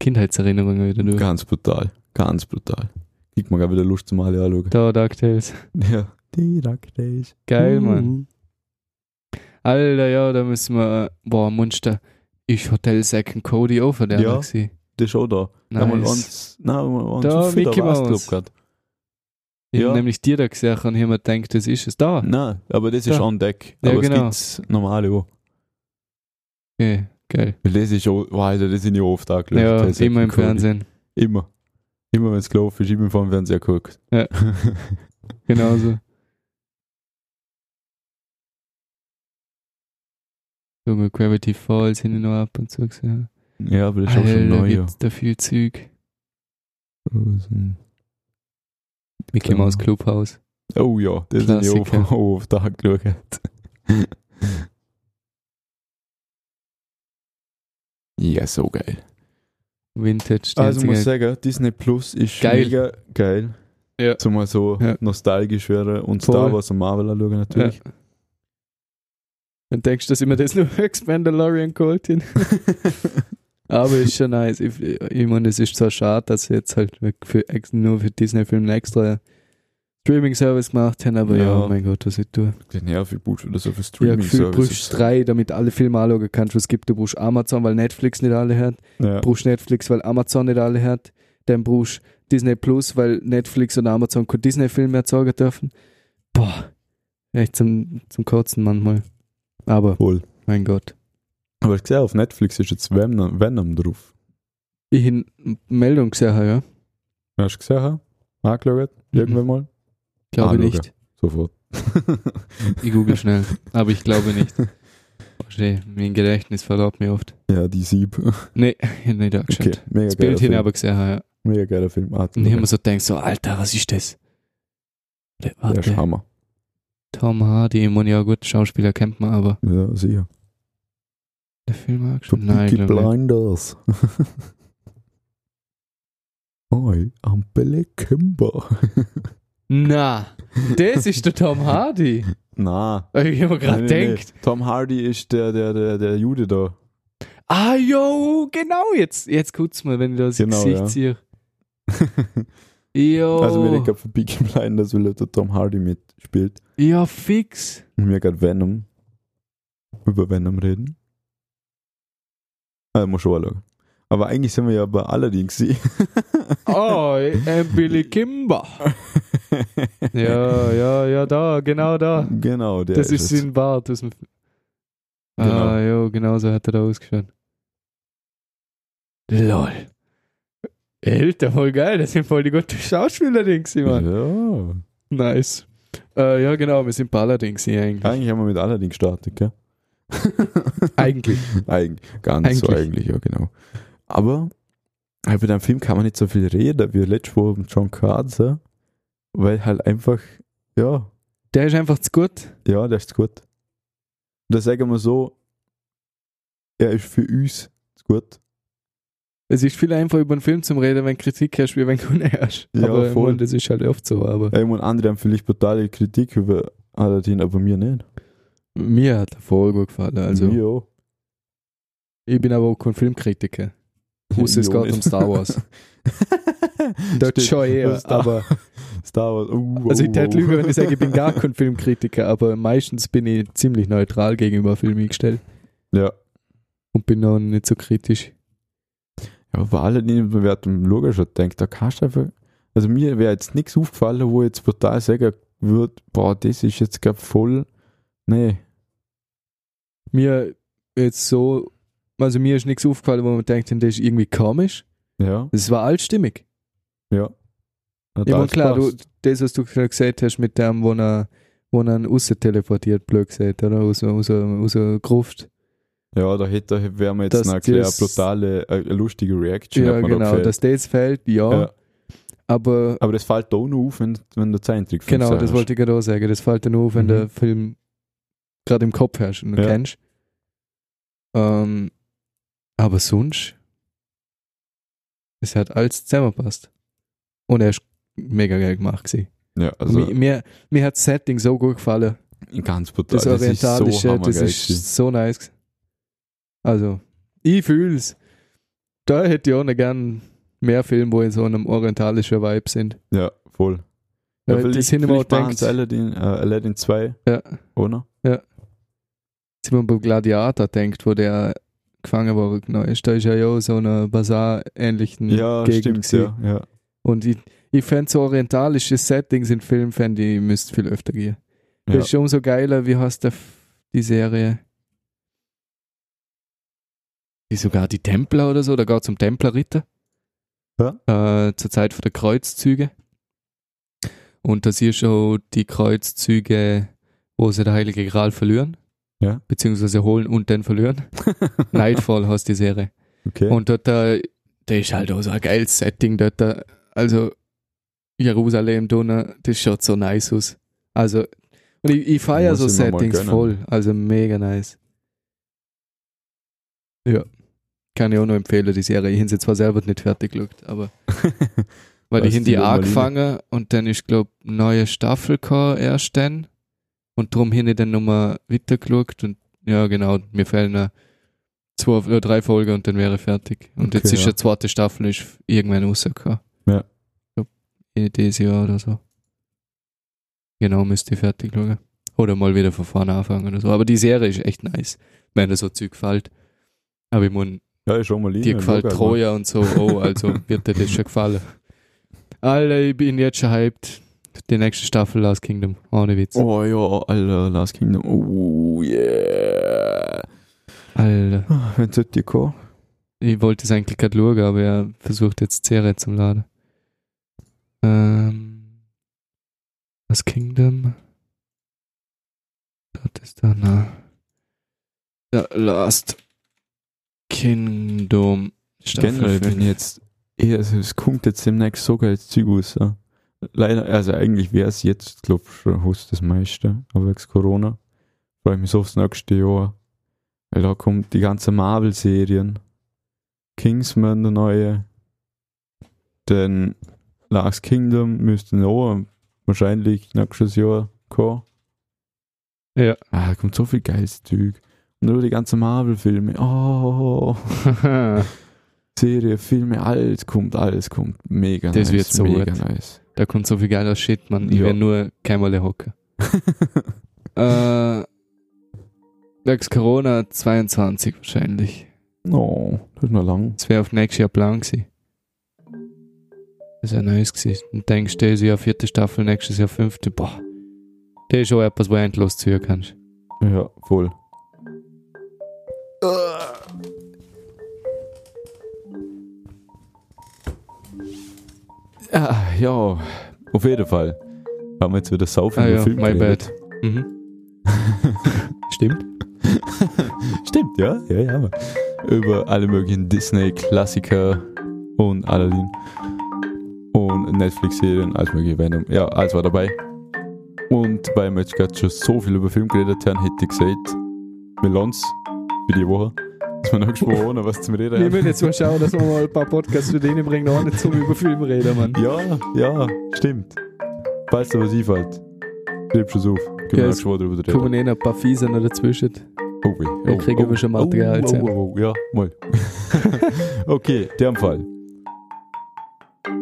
B: Kindheitserinnerungen wieder durch.
A: Ganz brutal. Ganz brutal. Kriegt man gar wieder Lust zum alle anschauen.
B: Da, Mhm. DuckTales.
A: <laughs> Ja. Die DuckTales.
B: Geil, Mann. Alter, ja, da müssen wir. äh, Boah, Munster. Ich Hotel Second Cody auch von der
A: Ja.
B: ja. Nice.
A: Der ist auch da. Da haben wir uns, nein, da haben wir uns
B: Da,
A: auf der
B: Mickey
A: Warst,
B: Mouse.
A: glaub grad.
B: Ich
A: Ja.
B: hab nämlich dir da gesehen und ich hab mir gedacht, das ist es. Da.
A: Nein, aber das ist
B: Ah. Da.
A: on deck.
B: Ja,
A: aber
B: genau.
A: es gibt's normale auch.
B: Okay, geil.
A: Weil das ist auch, wow, Alter, das sind ja oft angeschaut.
B: Ja,
A: Das ist
B: immer im
A: cool.
B: Fernsehen.
A: Immer. Immer wenn es gelaufen ist, immer vor dem Fernseher geguckt.
B: Ja. Genauso. Junge, Gravity Falls hin und noch ab und zu gesehen.
A: <laughs> ja, aber das ist auch
B: Alter,
A: schon neu. ja.
B: gibt's da viel Zeug.
A: Frozen.
B: Mickey
A: Genau.
B: Mouse Clubhouse.
A: Oh ja, das sind ja auch
B: Klassiker.
A: <laughs> auf den Tag
B: <laughs>
A: geschaut. ja, so geil.
B: Vintage. die
A: Also muss
B: einzige-
A: sagen, Disney Plus ist
B: Geil.
A: mega geil.
B: Ja.
A: Zumal so
B: Ja.
A: nostalgisch wäre und
B: Voll.
A: Star Wars und Marvel anschauen natürlich.
B: Ja. Dann denkst du, dass immer das nur <laughs> höchst Mandalorian geholt hin.
A: <laughs>
B: Aber ist schon nice. Ich, ich meine, es ist zwar schade, dass sie jetzt halt wirklich für, ex- nur für Disney-Filme einen extra Streaming-Service gemacht haben, aber ja.
A: Ja.
B: mein Gott, was ich tue.
A: Den nervig Butsch oder so für
B: Ja,
A: Streaming
B: gefühlt brauchst du drei, damit alle Filme anschauen kannst, was es gibt. Du brauchst Amazon, weil Netflix nicht alle hat.
A: Ja.
B: brauchst Netflix, weil Amazon nicht alle hat. Dann brauchst Disney Plus, weil Netflix und Amazon keinen Disney-Film mehr zeigen dürfen. Boah, echt zum, zum Kotzen manchmal. Aber,
A: Voll.
B: mein Gott.
A: Aber ich sehe, auf Netflix ist jetzt Venom, Venom drauf.
B: Ich in Meldung gesehen, habe, ja?
A: Hast du gesehen? hä? Angeschaut?
B: Mhm.
A: Irgendwann mal?
B: Glaube
A: Ah,
B: nicht.
A: Sofort. <laughs>
B: Ich google schnell. Aber ich glaube
A: <laughs>
B: nicht. Verstehe, mein Gedächtnis verlaubt mir oft. <laughs>
A: Ja, die Sieb.
B: Nee, ich hab nicht angeschaut.
A: Okay, mega
B: Das
A: geiler
B: Bild hin
A: Film.
B: aber gesehen, habe, ja.
A: Mega geiler Film. Ah,
B: Und ich hab mir so gedacht, so, Alter, was ist das?
A: der
B: Der,
A: ist
B: warte,
A: Hammer.
B: Tom Hardy, ich meine, ja gut, Schauspieler kennt man, aber
A: Ja, sicher.
B: der Film auch
A: Von
B: schon. Nein, ich
A: Peaky
B: glaub nicht.
A: Blinders. <laughs> Hi, I'm Billy Kimber.
B: Na, das
A: <laughs>
B: ist der Tom Hardy.
A: Na.
B: Ich hab
A: Nein,
B: mir gerade
A: nein, nein.
B: denkt.
A: Tom Hardy ist der, der, der, der Jude da.
B: Ah, jo, genau, jetzt, jetzt guckt's mal, wenn ich das
A: Genau,
B: Gesicht
A: ja. <laughs>
B: ziehe. Jo,
A: Also mir gerade für Peaky Blinders, weil der Tom Hardy mitspielt.
B: ja, fix.
A: Und wir gerade Venom. Über Venom reden. Also muss schon anschauen. Aber eigentlich sind wir ja bei Aladdin gewesen.
B: Oh, I'm
A: <laughs>
B: Billy Kimber. Ja, ja, ja, da, genau da.
A: <laughs> Genau, der
B: Das ist
A: es.
B: sein Bart. Aus dem
A: Genau.
B: Ah, jo, genau so hat er da ausgeschaut. Lol. Alter, voll geil, das sind voll die guten Schauspieler, Dings, Mann.
A: Ja.
B: Nice. Äh, ja, genau, wir sind Balladings hier eigentlich.
A: Eigentlich haben wir mit Aladdin gestartet, gell?
B: <laughs> Eigentlich.
A: Eigentlich. Ganz so
B: Eigentlich.
A: eigentlich, ja, genau. Aber halt mit einem Film kann man nicht so viel reden, wie letztes Mal mit John Carter, weil halt einfach, ja,
B: Der ist einfach zu gut.
A: ja, der ist gut. Und da sagen wir so, er ist für uns zu gut.
B: Es ist viel einfacher, über einen Film zu reden, wenn Kritik hast, wie wenn du nicht hast.
A: Ja,
B: aber ich
A: voll.
B: meine, das ist halt oft so. Aber
A: Irgendwann andere haben vielleicht brutale Kritik über Aladdin, aber mir nicht.
B: mir hat er voll gut gefallen. Also,
A: mir auch.
B: ich bin aber auch kein Filmkritiker. Außer es
A: Mir auch
B: geht um
A: nicht.
B: Star
A: <laughs>
B: Wars. Dort
A: Stimmt.
B: schon eher,
A: Star-
B: aber.
A: <laughs> Star Wars. Uh,
B: Also, ich
A: uh,
B: tät
A: uh.
B: lügen, wenn ich sage, ich bin
A: <laughs>
B: gar kein Filmkritiker, aber meistens bin ich ziemlich neutral gegenüber Filmen gestellt.
A: Ja.
B: Und bin auch nicht so kritisch.
A: Ja, bei allen Bewertungen logisch schon denkt, da kannst du einfach. Also mir wäre jetzt nichts aufgefallen, wo ich jetzt brutal sagen würde, boah, das ist jetzt gerade voll. Nee.
B: Mir jetzt so. Also, mir ist nichts aufgefallen, wo man denkt, das ist irgendwie komisch.
A: Ja.
B: Es war allstimmig.
A: Ja. Hat
B: Ja, aber
A: alles
B: klar, du,
A: passt.
B: das, was du gerade gesagt hast mit dem, wo er, wo er raus teleportiert, blöd gesagt, oder? Aus, aus, aus der Gruft.
A: Ja, da hätte wäre mir jetzt
B: Dass
A: eine kleine
B: das-
A: brutale, äh, lustige Reaction.
B: ja,
A: hat mir da
B: genau.
A: gefällt.
B: Dass das fällt, ja.
A: Ja.
B: Aber
A: Aber das fällt da auch noch auf, wenn, wenn du Zeichentrick
B: genau, das wollte ich gerade auch sagen. Das fällt dann auf, wenn
A: Mhm.
B: der Film gerade im Kopf herrscht und du
A: Ja.
B: kennst. Ähm, aber sonst, es hat alles zusammenpasst. Und er ist mega geil gemacht. gewesen.
A: Ja, also
B: mir, mir, mir hat das Setting so gut gefallen.
A: ganz brutal.
B: Das,
A: Das, ist so
B: Orientalische, das
A: hammergeil gewesen.
B: ist so nice. Also, ich fühl's. Da hätte ich auch noch gern mehr Filme, wo in so einem orientalischen Vibe sind.
A: Ja, voll.
B: Ja,
A: vielleicht-
B: das sind immer
A: vielleicht
B: auch
A: machen
B: denkt-
A: sie Aladdin, äh, Aladdin 2,
B: Ja.
A: oder?
B: Jetzt man beim Gladiator denkt, wo der gefangen war, genau ist. Da ist ja auch so eine Bazar-ähnlichen
A: Ja,
B: Gegend.
A: stimmt,
B: gewesen.
A: ja, ja.
B: Und ich, ich fände so orientalische Settings in Filmen, fänd ich, müsste viel öfter gehen. Das
A: Ja.
B: ist schon so geiler, wie heißt der, F- die Serie? Die sogar die Templer oder so, da geht es um Templerritter. Äh, zur Zeit von der Kreuzzüge. Und da siehst du auch die Kreuzzüge, wo sie den Heiligen Gral verlieren.
A: Ja.
B: Beziehungsweise holen und dann verlieren. Nightfall heißt die Serie.
A: Okay.
B: Und dort, äh, da ist halt auch so ein geiles Setting dort. äh, Also, Jerusalem, Donau, das schaut so nice aus. Also, und ich, ich feiere
A: Muss
B: so
A: ich mir mal
B: Settings
A: gönnen.
B: voll. Also, mega nice. Ja. Kann ich auch nur empfehlen, die Serie. Ich habe sie zwar selber nicht fertig geschaut,
A: <laughs>
B: aber. Weil
A: Weißt
B: ich in
A: du,
B: die
A: wo wir
B: angefangen und dann ist, glaube neue Staffel gekommen erst dann. Und drum hin ich dann nochmal weitergeschaut und ja, genau, mir fehlen noch zwei oder drei Folgen und dann wäre ich fertig. Und
A: Okay,
B: jetzt ist
A: ja.
B: die zweite Staffel ist irgendwann rausgekommen.
A: Ja.
B: Ich glaube, in dieses Jahr oder so. Genau, müsste ich fertig schauen. Oder mal wieder von vorne anfangen oder so. Aber die Serie ist echt nice, wenn dir so Zeug gefällt. Aber ich meine,
A: Ja, ist schon mal lieb.
B: Dir gefällt Troja und so.
A: <laughs>
B: Oh, also wird dir das schon gefallen. Alter, ich bin jetzt schon hyped. Die nächste Staffel Last Kingdom. Ohne Witz.
A: Oh ja, Alter, Last Kingdom. Oh yeah.
B: Alter.
A: Wenn es dir kommt.
B: Ich wollte es eigentlich gerade schauen, aber er versucht jetzt die Serie zum Laden. Ähm. Last Kingdom. Das ist da, na. Ja, Last Kingdom.
A: Generell bin
B: fünf.
A: ich
B: <laughs>
A: jetzt. eh, also Es kommt jetzt demnächst so geil Zeug raus. Ja. Leider, also eigentlich wäre es jetzt, glaube ich, schon Host das meiste. Aber wegen Corona freue ich mich so aufs nächste Jahr. Weil da kommt die ganzen Marvel-Serien. Kingsman, der neue. Dann Last Kingdom müsste noch wahrscheinlich nächstes Jahr kommen.
C: Ja.
A: Ah, da kommt so viel geiles Zeug. Und nur die ganzen Marvel-Filme. Oh,
C: da
A: Serie, Filme, alles kommt, alles kommt. Mega
C: Das
A: nice.
C: wird so
A: mega
C: gut.
A: nice.
C: kommt so viel geiler Shit, man. Ich
A: Ja.
C: werde nur keinmal hocken. Äh, Lex Corona 22 wahrscheinlich.
A: no, das ist noch lang.
C: Das wäre auf nächstes Jahr Plan gewesen. Das wäre nice gewesen. Und denkst du, dieses Jahr vierte Staffel, nächstes Jahr fünfte. Boah. Das ist schon etwas, wo du endlos ziehen kannst.
A: Ja, voll. Ah, ja, auf jeden Fall. Haben wir jetzt wieder saufen
C: Ah
A: über
C: ja,
A: Film
C: my
A: geredet.
C: bad. Mhm.
A: <laughs>
C: Stimmt.
A: Stimmt, ja, ja, ja. aber Über alle möglichen Disney-Klassiker und Aladdin und Netflix-Serien, alles mögliche Venom. Ja, alles war dabei. Und weil wir jetzt gerade schon so viel über Film geredet haben, hätte ich gesagt, wir lassen für die Woche. Dass wir noch gesprochen haben, was zum Reden
B: Wir
A: haben.
B: müssen jetzt mal schauen, dass wir
A: <laughs>
B: mal ein paar Podcasts für denen bringen, auch nicht zum über Film reden, Mann.
A: Ja, ja, stimmt. Falls dir was einfällt, schreibst du es auf. Können
B: Ja,
A: wir noch
B: es
A: gesprochen drüber reden.
B: Kommen eh noch ein paar Fiesen noch dazwischen.
A: Oh, weh.
B: Dann kriegen wir schon Material
A: Oh,
B: zusammen.
A: oh, oh, ja, mal. <laughs> okay, in dem Fall.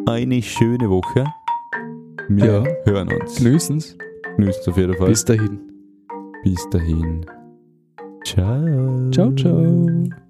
A: Eine schöne Woche.
C: Ja.
A: Wir hören uns.
C: Genüssen's.
A: Genießt auf jeden Fall.
C: Bis dahin.
A: Bis dahin. Ciao.
B: Ciao, ciao.